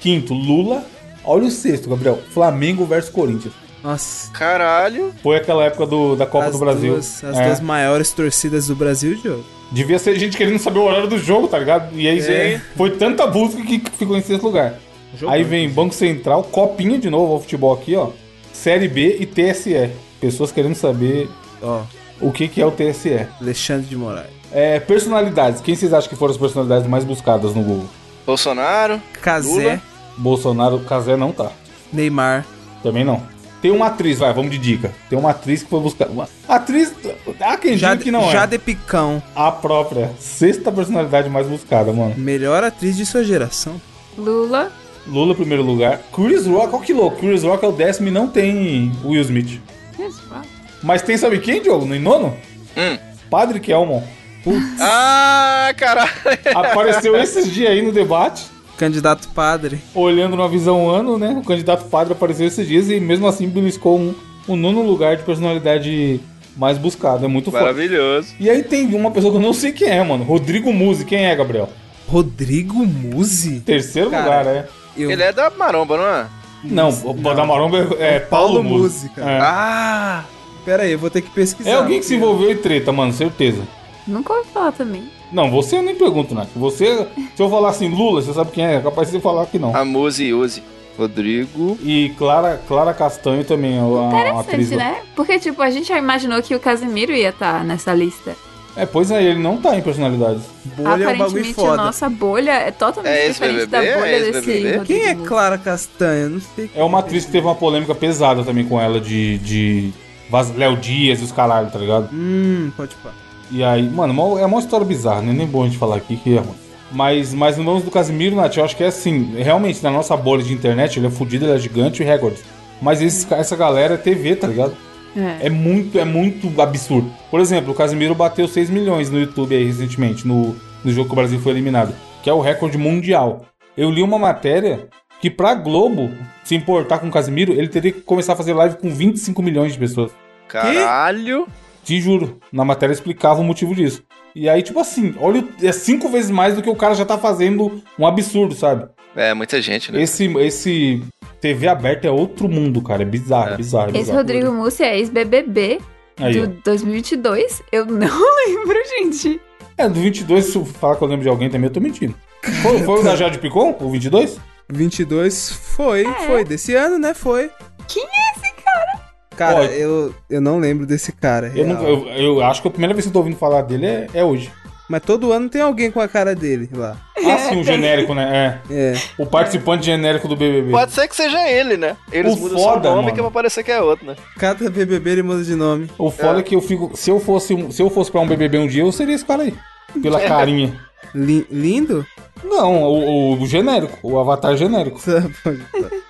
S1: Quinto, Lula. Olha o sexto, Gabriel. Flamengo versus Corinthians.
S3: Nossa.
S5: Caralho.
S1: Foi aquela época do- da Copa
S3: as
S1: do Brasil.
S3: Duas, as
S1: É.
S3: duas maiores torcidas do Brasil, Diogo.
S1: Devia ser gente querendo saber o horário do jogo, tá ligado? E aí
S3: É.
S1: foi tanta busca que ficou em sexto lugar. aí vem Banco Central, Copinha de novo, ó, o futebol aqui, ó. Série B e TSE. Pessoas querendo saber
S3: Ó,
S1: o que, que é o TSE.
S3: Alexandre de Moraes.
S1: É, personalidades. Quem vocês acham que foram as personalidades mais buscadas no Google?
S5: Bolsonaro.
S3: Casé,
S5: Lula?
S1: Bolsonaro, Casé não tá.
S3: Neymar.
S1: Também não. Tem uma atriz, vai, vamos de dica. Tem uma atriz que foi buscar. Uma... Atriz. Há quem diga
S3: Jade,
S1: que não é.
S3: Jade Picão.
S1: A própria. Sexta personalidade mais buscada, mano.
S3: Melhor atriz de sua geração.
S4: Lula.
S1: Lula, primeiro lugar. Chris Rock, olha que louco. Chris Rock é o décimo e não tem Will Smith. Mas tem, sabe quem, Diogo? No nono?
S5: Hum.
S1: Padre Kelmon.
S5: Ah, caralho.
S1: Apareceu esses dias aí no debate.
S3: Candidato padre.
S1: olhando numa visão ano, né? O candidato padre apareceu esses dias e mesmo assim beliscou um, o nono lugar de personalidade mais buscada. É muito foda.
S5: Maravilhoso.
S1: E aí tem uma pessoa que eu não sei quem é, mano. Rodrigo Muzi. Quem é, Gabriel?
S3: Rodrigo Muzi?
S1: Terceiro
S3: Cara,
S1: lugar, é.
S3: Eu...
S5: Ele é da Maromba, não é?
S1: Não, o da Maromba é, é Paulo,
S3: Paulo
S1: Muzi.
S3: Muzi, cara.
S1: É.
S5: Ah.
S3: Pera aí, eu vou ter que pesquisar.
S1: É alguém que se envolveu em treta, mano, certeza.
S4: Nunca ouvi falar também.
S1: Não, você eu nem pergunto, Nath. Você, se eu falar assim, Lula, você sabe quem é? É capaz de você falar que não.
S5: A Muzi Uzi. Rodrigo.
S1: E Clara, Clara Castanho também, a, a atriz.
S4: Interessante,
S1: lá.
S4: né? Porque, tipo, a gente já imaginou que o Casimiro ia estar nessa lista.
S1: É, pois é, ele não tá em personalidades.
S3: Bolha é um bagulho
S4: Aparentemente, a
S3: foda.
S4: nossa bolha é totalmente
S5: É esse
S4: diferente da
S5: BBB? É
S4: bolha
S5: esse
S4: desse.
S5: BBB?
S4: Rodrigo
S3: Quem é
S4: Lula.
S3: Clara Castanha? Não sei.
S1: É uma atriz que teve uma polêmica pesada também com ela de. de Vaz- Léo Dias e os caralho, tá ligado?
S3: Hum, pode pá.
S1: E aí, mano, mó- é uma história bizarra, né? Nem bom a gente falar aqui que é, mano. Mas, mas no lance do Casimiro, Nath, eu acho que é assim, realmente, na nossa bolha de internet, ele é fudido, ele é gigante e recorde. Mas esses ca- essa galera é TV, tá ligado?
S4: É.
S1: É muito, é muito absurdo. Por exemplo, o Casimiro bateu 6 milhões no YouTube aí recentemente, no, no jogo que o Brasil foi eliminado, que é o recorde mundial. Eu li uma matéria que pra Globo se importar com o Casimiro, ele teria que começar a fazer live com 25 milhões de pessoas.
S5: Caralho.
S1: Te juro, na matéria explicava o motivo disso. E aí, tipo assim, olha, o- é cinco vezes mais do que o cara já tá fazendo um absurdo, sabe?
S5: É, muita gente, né?
S1: Esse, esse TV aberto é outro mundo, cara. É bizarro,
S5: É.
S1: bizarro,
S4: Esse
S1: bizarro.
S4: Rodrigo Mussi é ex-BBB
S1: Aí, ó.
S4: do 2022. Eu não lembro, gente.
S1: É, do 22, se eu falar que eu lembro de alguém também, eu tô mentindo. Foi, foi o da Jade Picon, o 22?
S3: 22 foi, foi. Desse ano, né? Foi.
S4: Quem
S3: é esse cara?
S1: Ó,
S3: Cara, eu, eu não lembro desse cara.
S1: Eu,
S3: real.
S1: nunca- eu, eu acho que a primeira vez que eu tô ouvindo falar dele é, é hoje.
S3: Mas todo ano tem alguém com a cara dele lá.
S1: Ah, sim, o genérico, né?
S3: É.
S1: É. O participante genérico do BBB.
S5: Pode ser que seja ele, né? Eles
S1: O
S5: mudam só o
S1: foda,
S5: nome
S1: mano.
S5: que é pra parecer que é outro, né?
S3: Cada BBB ele muda de nome.
S1: O foda é que eu fico. Se eu fosse, um- se eu fosse pra um BBB um dia, eu seria esse cara aí. Pela carinha.
S3: Li- lindo?
S1: Não, o, o genérico, o avatar genérico.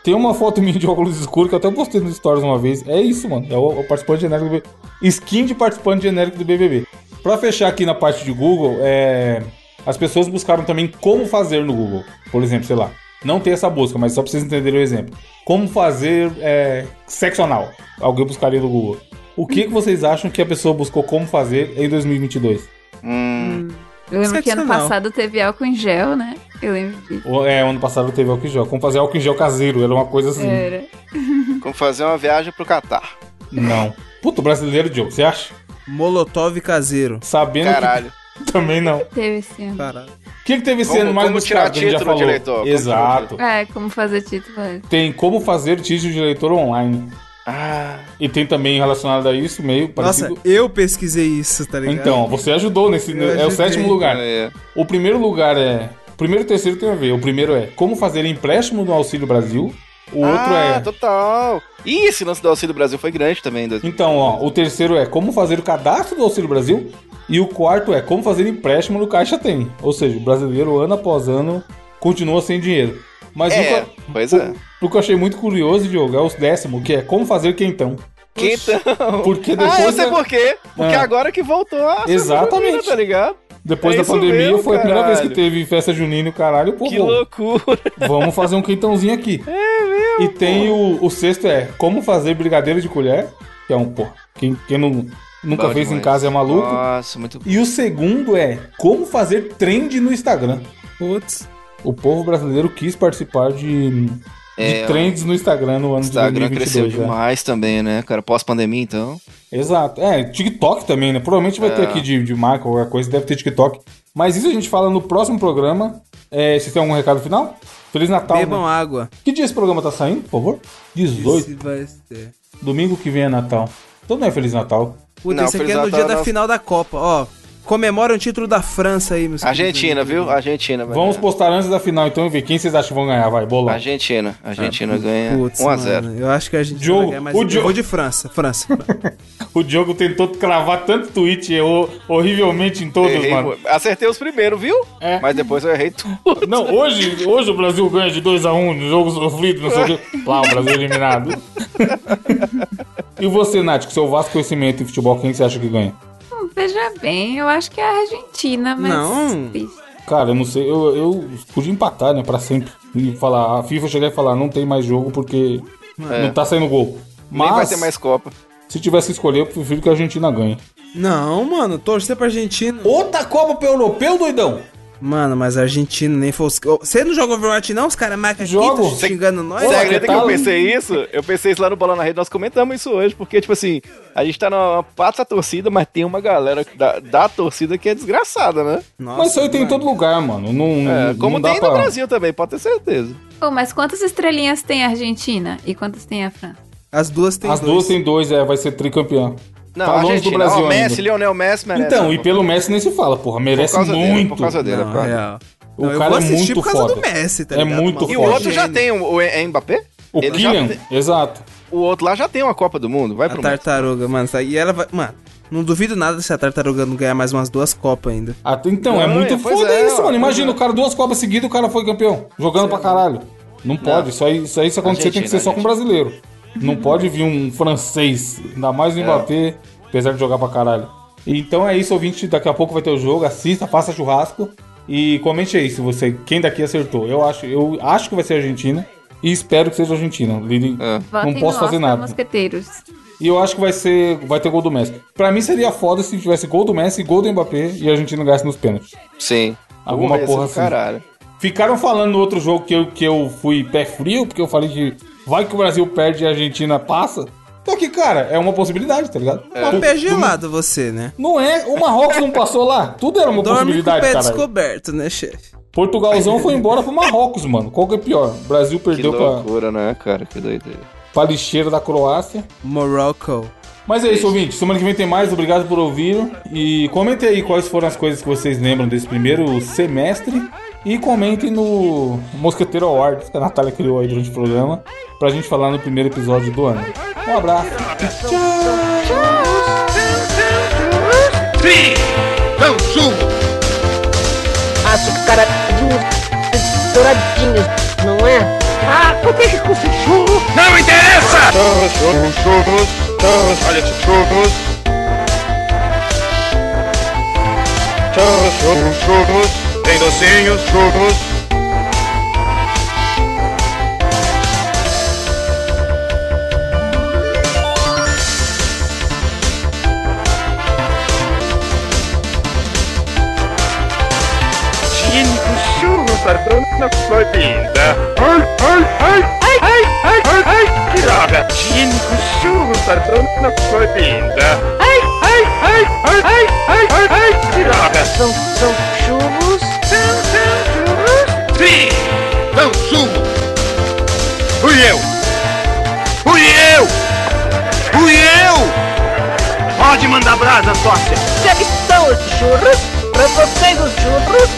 S1: Tem uma foto minha de óculos escuros que eu até postei nos stories uma vez. É isso, mano. É o, o participante genérico do BBB. Skin de participante genérico do BBB. Pra fechar aqui na parte de Google, é... as pessoas buscaram também como fazer no Google. Por exemplo, sei lá. Não tem essa busca, mas só pra vocês entenderem o exemplo. Como fazer é... sexo anal. Alguém buscaria no Google. O que, que vocês acham que a pessoa buscou como fazer em 2022?
S5: Hum.
S4: Eu lembro que ano
S3: Sensacional.
S4: passado teve álcool em gel, né? Eu lembro disso.
S1: O- É, ano passado teve álcool em gel. Como fazer álcool em gel caseiro? Era uma coisa assim.
S4: Era.
S5: Hum, Como fazer uma viagem pro Catar.
S1: Não. Puto, brasileiro, Joe, você acha?
S3: Molotov caseiro.
S1: Sabendo
S5: Caralho.
S1: que também não.
S4: Teve esse ano.
S3: Caralho.
S1: O que, que teve esse
S5: Como-
S1: ano mais
S5: como
S1: buscado?
S5: tirar
S1: que a gente já
S5: título
S1: falou?
S5: de eleitor, como tirar
S1: Exato.
S5: título.
S4: É, como fazer título. é.
S1: Tem como fazer título de eleitor online.
S5: Ah,
S1: E tem também relacionado a isso, meio
S3: Nossa,
S1: parecido.
S3: eu pesquisei isso, tá ligado?
S1: então, você ajudou nesse.
S3: Eu
S1: É o
S3: ajudei.
S1: sétimo lugar.
S5: é.
S1: O primeiro lugar é. O primeiro e o terceiro tem a ver. O primeiro é como fazer empréstimo no Auxílio Brasil. O outro
S5: ah,
S1: é.
S5: total. Ih, esse lance do Auxílio Brasil foi grande também. em 2000.
S1: Então, ó, o terceiro é como fazer o cadastro do Auxílio Brasil. E o quarto é como fazer empréstimo no Caixa Tem. Ou seja, o brasileiro, ano após ano, continua sem dinheiro. Mas o,
S5: É,
S1: que,
S5: pois é.
S1: eu- o que eu achei muito curioso, Diogo, é o décimo, que é como fazer quentão.
S5: Quentão.
S1: Porque
S5: Ah, eu
S1: depois,
S5: sei
S1: da,
S5: por quê. Porque
S1: Ah.
S5: agora que voltou a
S1: Exatamente.
S5: semana junina, tá ligado?
S1: depois
S5: é
S1: da
S5: isso
S1: pandemia
S5: mesmo,
S1: foi a primeira vez que
S5: caralho.
S1: teve festa junina e o caralho. Pô,
S5: Que
S1: pô,
S5: loucura.
S1: vamos fazer um quentãozinho aqui. É mesmo, E tem o, o sexto é como fazer brigadeiro de colher, que é um, pô, quem, quem não, nunca
S5: Bom
S1: fez em
S5: demais. Ah.
S1: casa é maluco.
S5: Nossa, muito
S1: E o segundo é como fazer trend no Instagram.
S3: Putz.
S1: O povo brasileiro quis participar de, de
S5: É,
S1: trends no Instagram no ano
S5: Instagram
S1: de
S5: cresceu
S1: 2022. né?
S5: demais também, né, cara? Pós-pandemia, então.
S1: Exato. É, TikTok também, né? Provavelmente vai
S5: É.
S1: ter aqui de, de marca, qualquer coisa, deve ter TikTok. Mas isso a gente fala no próximo programa. É, vocês têm algum recado final? Feliz Natal.
S3: Bebam
S1: né?
S3: água.
S1: Que dia esse programa tá saindo, por favor? 18.
S3: Esse vai ser.
S1: Domingo que vem é Natal. Então não é Feliz Natal.
S3: Puta,
S5: Não, tá
S3: esse aqui é
S5: Feliz
S3: no
S5: Natal
S3: dia da
S5: nós-
S3: final da Copa, ó. Comemora o título da França aí, meus
S5: Argentina,
S3: queridos.
S5: viu? Argentina, vai
S1: Vamos
S5: ganhar.
S1: postar antes da final então e ver quem vocês acham que vão ganhar. Vai, bolão.
S5: Argentina.
S1: Ah,
S5: Argentina ganha
S3: Putz,
S5: 1x0.
S3: mano, eu acho que a gente
S1: Diogo,
S3: vai ganhar, mas
S1: o
S3: eu
S1: Diogo-
S3: vou de França, França.
S1: O Diogo tentou cravar tanto tweet e errou horrivelmente em todos,
S5: Errei,
S1: mano.
S5: pô. Acertei os primeiros, viu?
S1: É.
S5: Mas depois eu errei tudo.
S1: Não, hoje, hoje o Brasil ganha de 2x1 no jogo sofrido, não sei o quê. Lá, o Brasil eliminado. e você, Nath, com seu vasto conhecimento em futebol, quem você acha que ganha?
S4: Hum, Veja bem, eu acho que é a Argentina, mas.
S3: Não.
S4: Vixe,
S1: Cara, eu não sei, eu, eu podia empatar, né, pra sempre. E falar, a FIFA chegar e falar, não tem mais jogo porque não tá saindo gol.
S5: É. Nem vai
S1: Mas,
S5: ter mais Copa.
S1: se tivesse que escolher, eu prefiro que a Argentina ganhe.
S3: Não, mano, torcer pra Argentina.
S1: Outra Copa pro europeu, doidão?
S3: Mano, mas a Argentina nem fosse. Ô, Você não joga Overwatch, não? Os caras marcam aqui,
S1: Jogo.
S3: tão xingando nós.
S1: Pô,
S5: Você
S1: que
S5: acredita que
S1: tal,
S5: eu
S1: hein?
S5: pensei isso? Eu pensei isso lá no Bola na Rede, nós comentamos isso hoje, porque, tipo assim, a gente tá na parte da torcida, mas tem uma galera da, da torcida que é desgraçada, né?
S3: Nossa,
S1: Mas isso aí tem em
S3: mano.
S1: todo lugar, mano. Não,
S5: É,
S1: não-
S5: como
S1: não dá
S5: tem
S1: pra...
S5: no Brasil também, pode ter certeza.
S4: Pô, mas quantas estrelinhas tem a Argentina e quantas tem a França?
S3: As duas tem
S1: As
S3: dois.
S1: duas tem dois, é, vai ser tricampeão.
S5: Não,
S1: Tá
S5: a
S1: longe
S5: gente,
S1: do Brasil
S5: ó, Messi,
S1: ainda.
S5: Lionel Messi merece.
S1: Então, e
S5: pô.
S1: pelo Messi nem se fala, porra.
S5: por
S1: Merece
S5: causa
S1: muito.
S5: dele, por causa dele,
S3: Não,
S5: cara.
S3: real.
S1: O
S3: Não, eu
S1: cara
S3: vou
S1: é
S3: assistir
S1: muito
S3: por causa
S1: foda.
S3: do Messi, tá
S1: É
S3: ligado?
S1: muito
S5: E o
S1: foda.
S5: outro já tem, o, o é Mbappé?
S1: O
S5: Ele já
S1: Kylian,
S5: tem-
S1: exato.
S5: o outro lá já tem uma Copa do Mundo, vai
S3: A
S5: pro mundo.
S3: tartaruga, mano. isso aí- E ela vai. Mano, não duvido nada se a tartaruga não ganhar mais umas duas Copas ainda.
S1: Ah, Então, é
S5: Não,
S1: muito
S5: é, pois
S1: foda
S5: é,
S1: isso,
S5: ó,
S1: mano. Imagina,
S5: pois
S1: o cara duas Copas seguidas, o cara foi campeão. Jogando pra caralho. Não pode. Isso aí, isso aí se acontecer, tem que ser
S5: Argentina,
S1: só com brasileiro. Não pode vir um francês, ainda mais o
S5: É.
S1: Mbappé, apesar de jogar pra caralho. Então é isso, ouvinte. Daqui a pouco vai ter o jogo. Assista, faça churrasco. E comente aí se você. Quem daqui acertou. Eu acho, eu acho que vai ser a Argentina. E espero que seja a Argentina. Lili,
S5: É.
S4: Votem
S1: Não posso
S4: no
S1: fazer
S4: Oscar
S1: nada.
S4: Mosqueteiros.
S1: E eu acho que vai ser. Vai ter gol do Messi. Pra mim seria foda se tivesse gol do Messi, gol do Mbappé e a Argentina ganhasse nos pênaltis.
S5: Sim.
S1: Alguma
S5: Messi
S1: porra
S5: do
S1: assim.
S5: Caralho.
S1: Ficaram falando no outro jogo que eu, que eu fui pé frio, porque eu falei que vai que o Brasil perde e a Argentina passa. Só que, cara, é uma possibilidade, tá ligado?
S3: Um pé gelado você, né?
S1: Não é? O Marrocos não passou lá? Tudo era uma
S3: Dorme com o
S1: possibilidade,
S3: pé
S1: cara.
S3: descoberto, né, chefe?
S1: Portugalzão foi embora pro Marrocos, mano. Qual que é pior? O Brasil
S5: Que
S1: perdeu pra,
S5: loucura, né, cara? Que doideira.
S1: pra lixeira da Croácia.
S3: Morocco.
S1: Mas é isso, ouvinte. Semana que vem tem mais. Obrigado por ouvir. E comentem aí quais foram as coisas que vocês lembram desse primeiro semestre. E comentem no Mosqueteiro Awards, que a Natália criou aí durante o programa, pra gente falar no primeiro episódio do ano. Um abraço.
S6: Sim! Não sumo! nosso caradinho douradinho, não é? Ah, por que que confuso?
S7: Não interessa! Tem docinhos, churros. Cinco churros guardando na sua vida. Ai, ai, ai, ai, ai, ai, ai, ai, que droga! Cinco churros guardando na sua vida. Ai, ai, ai, ai, ai, ai, ai, ai, que droga!
S6: São, são churros?
S7: Sim, não sumo. Fui eu. Fui eu. Fui eu. Pode mandar brasa, sócia.
S6: Já é que estão os churros, pra vocês os churros.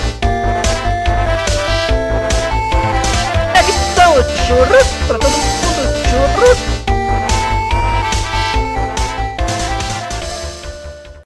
S6: é Já que estão os churros, pra todo mundo.